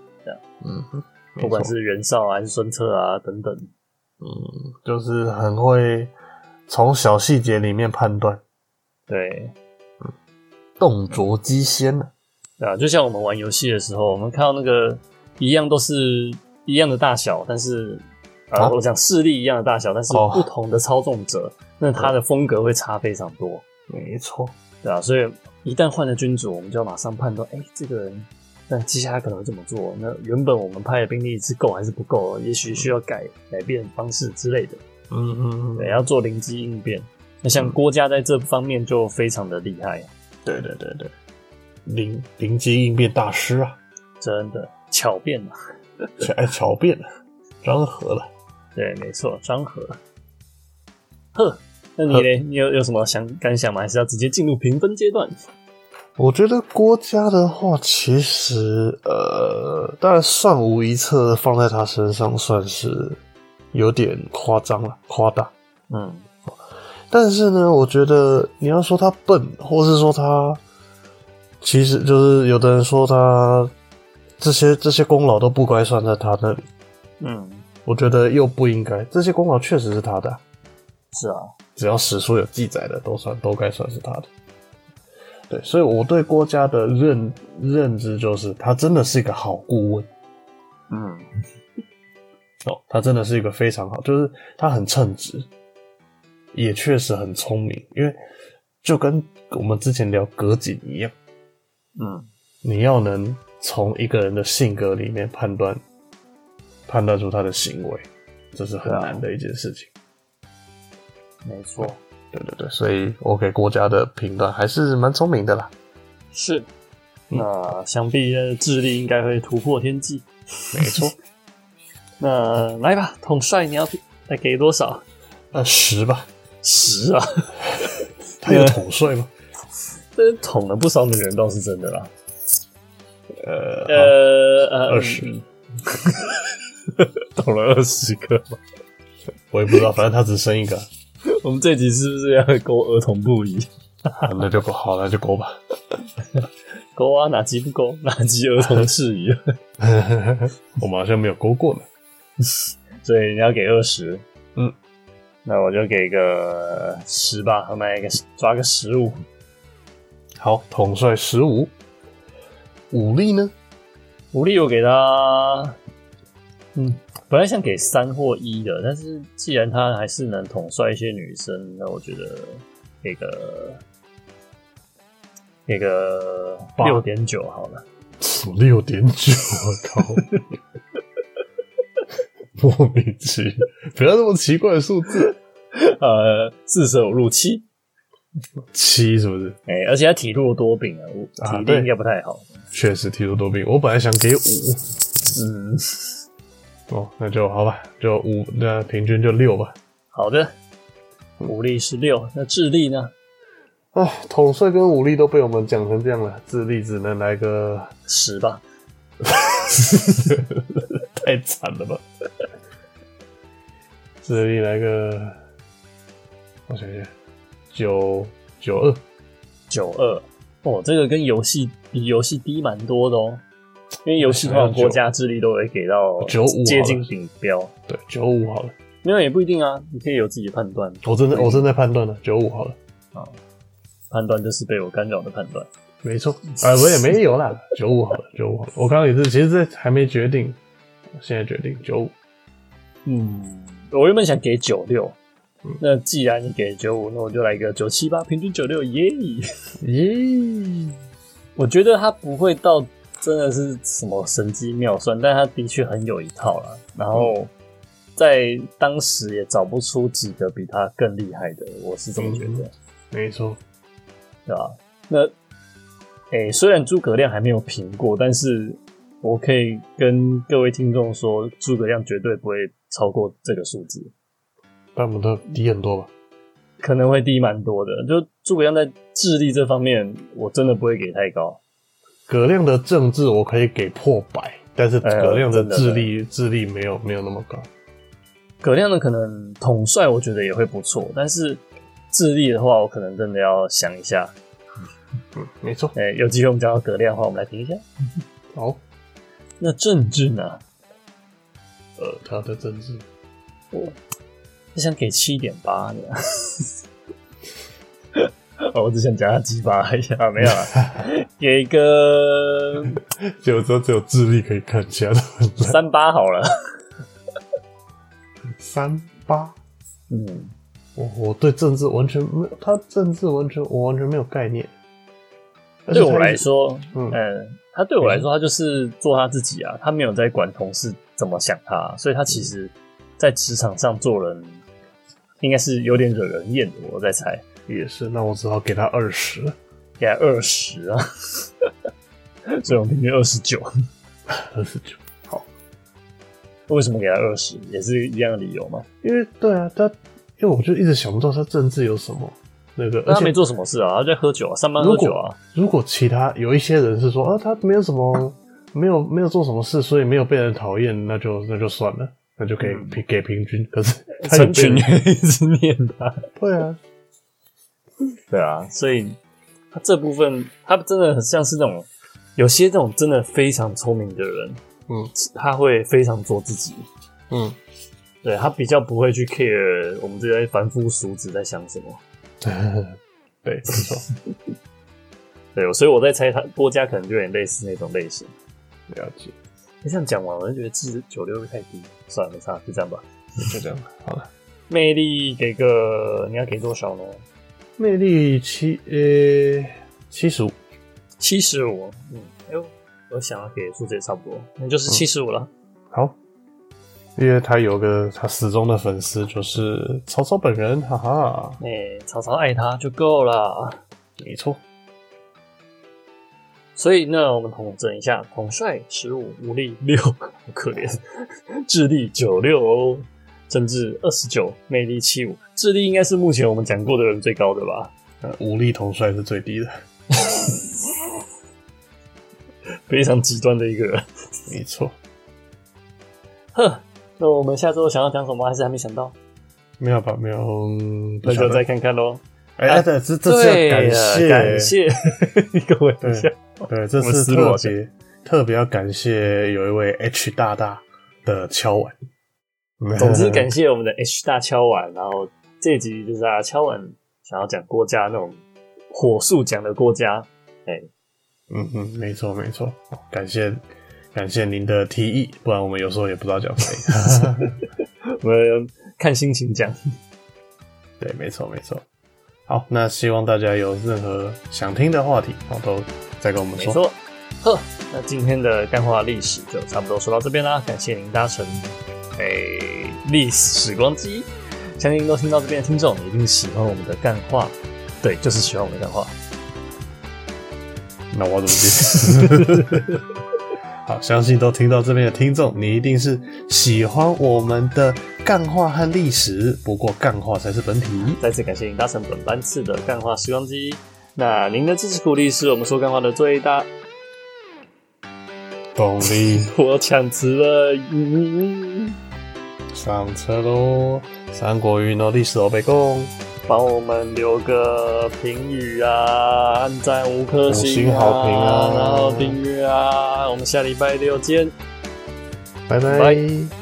[SPEAKER 2] 嗯哼，没
[SPEAKER 1] 不管
[SPEAKER 2] 错
[SPEAKER 1] 是袁绍啊还是孙策啊等等，
[SPEAKER 2] 嗯，就是很会从小细节里面判断，
[SPEAKER 1] 对。
[SPEAKER 2] 动辄机先呢、
[SPEAKER 1] 对啊，就像我们玩游戏的时候，我们看到那个一样都是一样的大小，但是呃，
[SPEAKER 2] 啊
[SPEAKER 1] 我讲势力一样的大小，但是
[SPEAKER 2] 哦
[SPEAKER 1] 不同的操纵者，那他的风格会差非常多，
[SPEAKER 2] 没错，
[SPEAKER 1] 对啊，所以一旦换了君主，我们就要马上判断，哎、这个人那接下来可能会怎么做？那原本我们派的兵力是够还是不够？也许需要改改变方式之类的，
[SPEAKER 2] 嗯嗯嗯，
[SPEAKER 1] 对，要做灵机应变。那像郭嘉在这方面就非常的厉害，
[SPEAKER 2] 对对对对，灵灵机应变大师啊，
[SPEAKER 1] 真的巧啊变嘛，
[SPEAKER 2] 巧哎巧变了，张合了。
[SPEAKER 1] 对，没错，张和。呵，那你嘞？你有有什么想感想吗？还是要直接进入评分阶段？
[SPEAKER 2] 我觉得郭嘉的话，其实呃，当然算无一策，放在他身上算是有点夸张了，夸大。
[SPEAKER 1] 嗯，
[SPEAKER 2] 但是呢，我觉得你要说他笨，或是说他，其实就是有的人说他这些这些功劳都不该算在他那里，
[SPEAKER 1] 嗯，
[SPEAKER 2] 我觉得又不应该。这些功劳确实是他的啊，
[SPEAKER 1] 是啊，
[SPEAKER 2] 只要史书有记载的，都算都该算是他的。对，所以我对郭嘉的认认知就是，他真的是一个好顾问
[SPEAKER 1] 嗯
[SPEAKER 2] 哦，他真的是一个非常好，就是他很称职，也确实很聪明，因为就跟我们之前聊葛瑾一样，
[SPEAKER 1] 嗯
[SPEAKER 2] 你要能从一个人的性格里面判断判断出他的行为，这是很
[SPEAKER 1] 对啊
[SPEAKER 2] 难的一件事情。
[SPEAKER 1] 没错，
[SPEAKER 2] 对对对，所以我给郭嘉的评断还是蛮聪明的啦。
[SPEAKER 1] 是。那想必他的智力应该会突破天际。
[SPEAKER 2] 没 [LAUGHS] 错，
[SPEAKER 1] 那来吧，统帅你要再给多少？
[SPEAKER 2] 那十吧，
[SPEAKER 1] 十啊， [LAUGHS]
[SPEAKER 2] 他有统帅吗？
[SPEAKER 1] 这捅了不少女人倒是真的啦。
[SPEAKER 2] 呃，嗯
[SPEAKER 1] 呃呃，
[SPEAKER 2] 二十、
[SPEAKER 1] 捅了二十个 [LAUGHS] 吧。
[SPEAKER 2] 我也不知道，反正他只剩一个，
[SPEAKER 1] 我们这集是不是要勾儿童不宜？
[SPEAKER 2] 啊 [LAUGHS] 那就够好，那就够吧。
[SPEAKER 1] 勾啊，哪集不勾？哪集儿童适 [LAUGHS] 宜？
[SPEAKER 2] 我们好像没有勾过呢。
[SPEAKER 1] 所以你要给二十，
[SPEAKER 2] 嗯，
[SPEAKER 1] 那我就给个十吧，我们来个抓个十五，
[SPEAKER 2] 好，统帅十五，武力呢？
[SPEAKER 1] 武力我给他，嗯，本来想给三或一的，但是既然他还是能统帅一些女生，那我觉得给个给个
[SPEAKER 2] 八
[SPEAKER 1] 六点九好
[SPEAKER 2] [LAUGHS]
[SPEAKER 1] 了，
[SPEAKER 2] 六点九，我靠！莫名其妙，不要那么奇怪的数字。
[SPEAKER 1] 呃，四舍五入七，
[SPEAKER 2] 七是不是？
[SPEAKER 1] 哎、而且他体弱多病啊，我
[SPEAKER 2] 啊
[SPEAKER 1] 体力
[SPEAKER 2] 对
[SPEAKER 1] 应该不太好，
[SPEAKER 2] 确实体弱多病。我本来想给五
[SPEAKER 1] 嗯，
[SPEAKER 2] 哦，那就好吧，就五，那平均就六吧。
[SPEAKER 1] 好的，武力是六，那智力呢？
[SPEAKER 2] 哎，统帅跟武力都被我们讲成这样了，智力只能来个
[SPEAKER 1] 十吧，
[SPEAKER 2] [LAUGHS] 太惨了吧！智力来个，我想想，九九二，
[SPEAKER 1] 九二。哦，这个跟游戏比游戏低蛮多的哦，因为游戏通常国家智力都会给到
[SPEAKER 2] 95
[SPEAKER 1] 接近顶标，
[SPEAKER 2] 对，九五好了。
[SPEAKER 1] 没有也不一定啊，你可以有自己的判断，
[SPEAKER 2] 我真的我正在判断了，九五好了，
[SPEAKER 1] 判断就是被我干扰的判断。
[SPEAKER 2] 没 [LAUGHS] 错。啊，我也没有啦，九五好了，九五好了。我刚刚也是，其实这还没决定，现在决定九五。
[SPEAKER 1] 嗯，我原本想给九六
[SPEAKER 2] 嗯，
[SPEAKER 1] 那既然你给九五，那我就来个九七八，平均九六，耶！
[SPEAKER 2] 咦，
[SPEAKER 1] 我觉得他不会到真的是什么神机妙算，但他的确很有一套啦。然后在当时也找不出几个比他更厉害的，我是这么觉得，
[SPEAKER 2] 没错，
[SPEAKER 1] 对吧？那，诶、虽然诸葛亮还没有评过，但是我可以跟各位听众说，诸葛亮绝对不会超过这个数字。
[SPEAKER 2] 但我们的低很多吧？
[SPEAKER 1] 可能会低蛮多的，就诸葛亮在智力这方面，我真的不会给太高。
[SPEAKER 2] 葛亮的政治我可以给破百，但是
[SPEAKER 1] 哎呀
[SPEAKER 2] 葛亮的
[SPEAKER 1] 真的
[SPEAKER 2] 智力、智力没有没有那么高。
[SPEAKER 1] 葛亮的可能统帅，我觉得也会不错，但是智力的话，我可能真的要想一下。
[SPEAKER 2] 嗯，没错。
[SPEAKER 1] 哎、有机会我们讲到葛亮的话，我们来评一下。
[SPEAKER 2] 好，
[SPEAKER 1] 那政治呢？
[SPEAKER 2] 呃，他的政治
[SPEAKER 1] 我只想给七点八 [LAUGHS] 呢。哦，我只想讲他鸡巴一下，啊没有啦，给个
[SPEAKER 2] 就只有只有智力可以看，其他都很烂。
[SPEAKER 1] 三八好了。
[SPEAKER 2] 三八，
[SPEAKER 1] 嗯，
[SPEAKER 2] 我哦我对政治完全没有，他政治完全我完全没有概念。
[SPEAKER 1] 对我
[SPEAKER 2] 而且他一
[SPEAKER 1] 来
[SPEAKER 2] 直，
[SPEAKER 1] 说，
[SPEAKER 2] 嗯，哎
[SPEAKER 1] 嗯，他对我来说，他就是做他自己啊，他没有在管同事怎么想他，啊所以他
[SPEAKER 2] 嗯
[SPEAKER 1] 其实，在职场上做人，应该是有点惹人厌的，我在猜，
[SPEAKER 2] 也是，那我只好给他二十。
[SPEAKER 1] 给他二十啊， [LAUGHS] 所以我们平均二十九，
[SPEAKER 2] 二十九，
[SPEAKER 1] 为什么给他二十，也是一样的理由嘛，
[SPEAKER 2] 因为对啊，他因为我就一直想不到他政治有什么那个，而
[SPEAKER 1] 他没
[SPEAKER 2] 且
[SPEAKER 1] 做什么事啊，他在喝酒啊，上班
[SPEAKER 2] 如
[SPEAKER 1] 喝
[SPEAKER 2] 果
[SPEAKER 1] 酒啊，
[SPEAKER 2] 如果其他有一些人是说啊，他没有什么，没有没有做什么事，所以没有被人讨厌，那就那就算了。那就可以
[SPEAKER 1] 嗯
[SPEAKER 2] 平给平均。
[SPEAKER 1] [LAUGHS]
[SPEAKER 2] 可是他
[SPEAKER 1] 成
[SPEAKER 2] 也被
[SPEAKER 1] 群一直念他，[LAUGHS]
[SPEAKER 2] 对啊，对啊，
[SPEAKER 1] 所以他这部分他真的很像是那种有些那种真的非常聪明的人，
[SPEAKER 3] 嗯
[SPEAKER 1] 他会非常做自己，
[SPEAKER 3] 嗯，
[SPEAKER 1] 对他比较不会去 care 我们这些凡夫俗子在想什么。
[SPEAKER 2] 对，没错，
[SPEAKER 1] 对，所以我在猜他郭嘉可能就有点类似那种类型。
[SPEAKER 2] 了解，
[SPEAKER 1] 你这样讲完，我就觉得自九六会太低，算了，没差，就这样吧。
[SPEAKER 3] 就这样。
[SPEAKER 2] 好了。
[SPEAKER 1] 魅力给个，你要给多少呢？
[SPEAKER 2] 魅力七呃七十五，
[SPEAKER 1] 七十五。嗯，哎呦，我想要给数字也差不多，那就是七十五了。
[SPEAKER 2] 好，因为他有个他死忠的粉丝就是曹操本人，哈哈，
[SPEAKER 3] 嗯
[SPEAKER 1] 哎、曹操爱他就够了。
[SPEAKER 2] 没错，
[SPEAKER 1] 所以呢，我们统整一下：统帅十五，武力六， [LAUGHS] 好可怜；智力九六哦，政治二十九，魅力七五。智力应该是目前我们讲过的人最高的吧？ [LAUGHS]
[SPEAKER 2] 呃武力统帅是最低的，
[SPEAKER 1] 非常极端的一个人。
[SPEAKER 2] 没错，
[SPEAKER 1] 呵，那我们下周想要讲什么，还是还没想到，
[SPEAKER 2] 没有吧？没有，嗯
[SPEAKER 1] 那就再看看喽。
[SPEAKER 2] 哎、
[SPEAKER 1] 啊
[SPEAKER 2] 对，这这是要感谢
[SPEAKER 1] 对了感，
[SPEAKER 2] [LAUGHS]
[SPEAKER 1] 谢，你给我一下
[SPEAKER 2] 对。对，这
[SPEAKER 1] 我
[SPEAKER 2] 是
[SPEAKER 1] 思路
[SPEAKER 2] 特
[SPEAKER 1] 好像
[SPEAKER 2] 别特别要感谢有一位 H 大大的敲碗，
[SPEAKER 1] [LAUGHS] 总之，感谢我们的 H 大敲碗，然后这一集就是啊，敲碗想要讲郭嘉那种火速讲的郭嘉，
[SPEAKER 2] 嗯哼，没错没错，感谢感谢您的提议，不然我们有时候也不知道讲
[SPEAKER 1] [LAUGHS]
[SPEAKER 2] 谁。
[SPEAKER 1] 我们看心情讲。
[SPEAKER 2] 对，没错没错。好，那希望大家有任何想听的话题，好都再跟我们
[SPEAKER 1] 没
[SPEAKER 2] 说。
[SPEAKER 1] 错，呵，那今天的干话历史就差不多说到这边啦，感谢您搭乘诶历史时光机，相信都听到这边的听众一定喜欢我们的干话，对，就是喜欢我们的干话。
[SPEAKER 2] 那我怎么接？ [LAUGHS] 好，相信都听到这边的听众，你一定是喜欢我们的干话和历史，不过干话才是本体。
[SPEAKER 1] 再次感谢您搭乘本班次的干话时光机。那您的支持鼓励是我们说干话的最大。
[SPEAKER 2] 动力
[SPEAKER 1] 我抢词了，嗯，
[SPEAKER 2] 上车喽！三国瑜呢，历史哦欧北共，
[SPEAKER 1] 帮我们留个评语啊，按赞五颗星、啊、
[SPEAKER 2] 五星好评啊
[SPEAKER 1] 然后订阅啊。我们下礼拜六见。
[SPEAKER 2] 拜拜。
[SPEAKER 1] 拜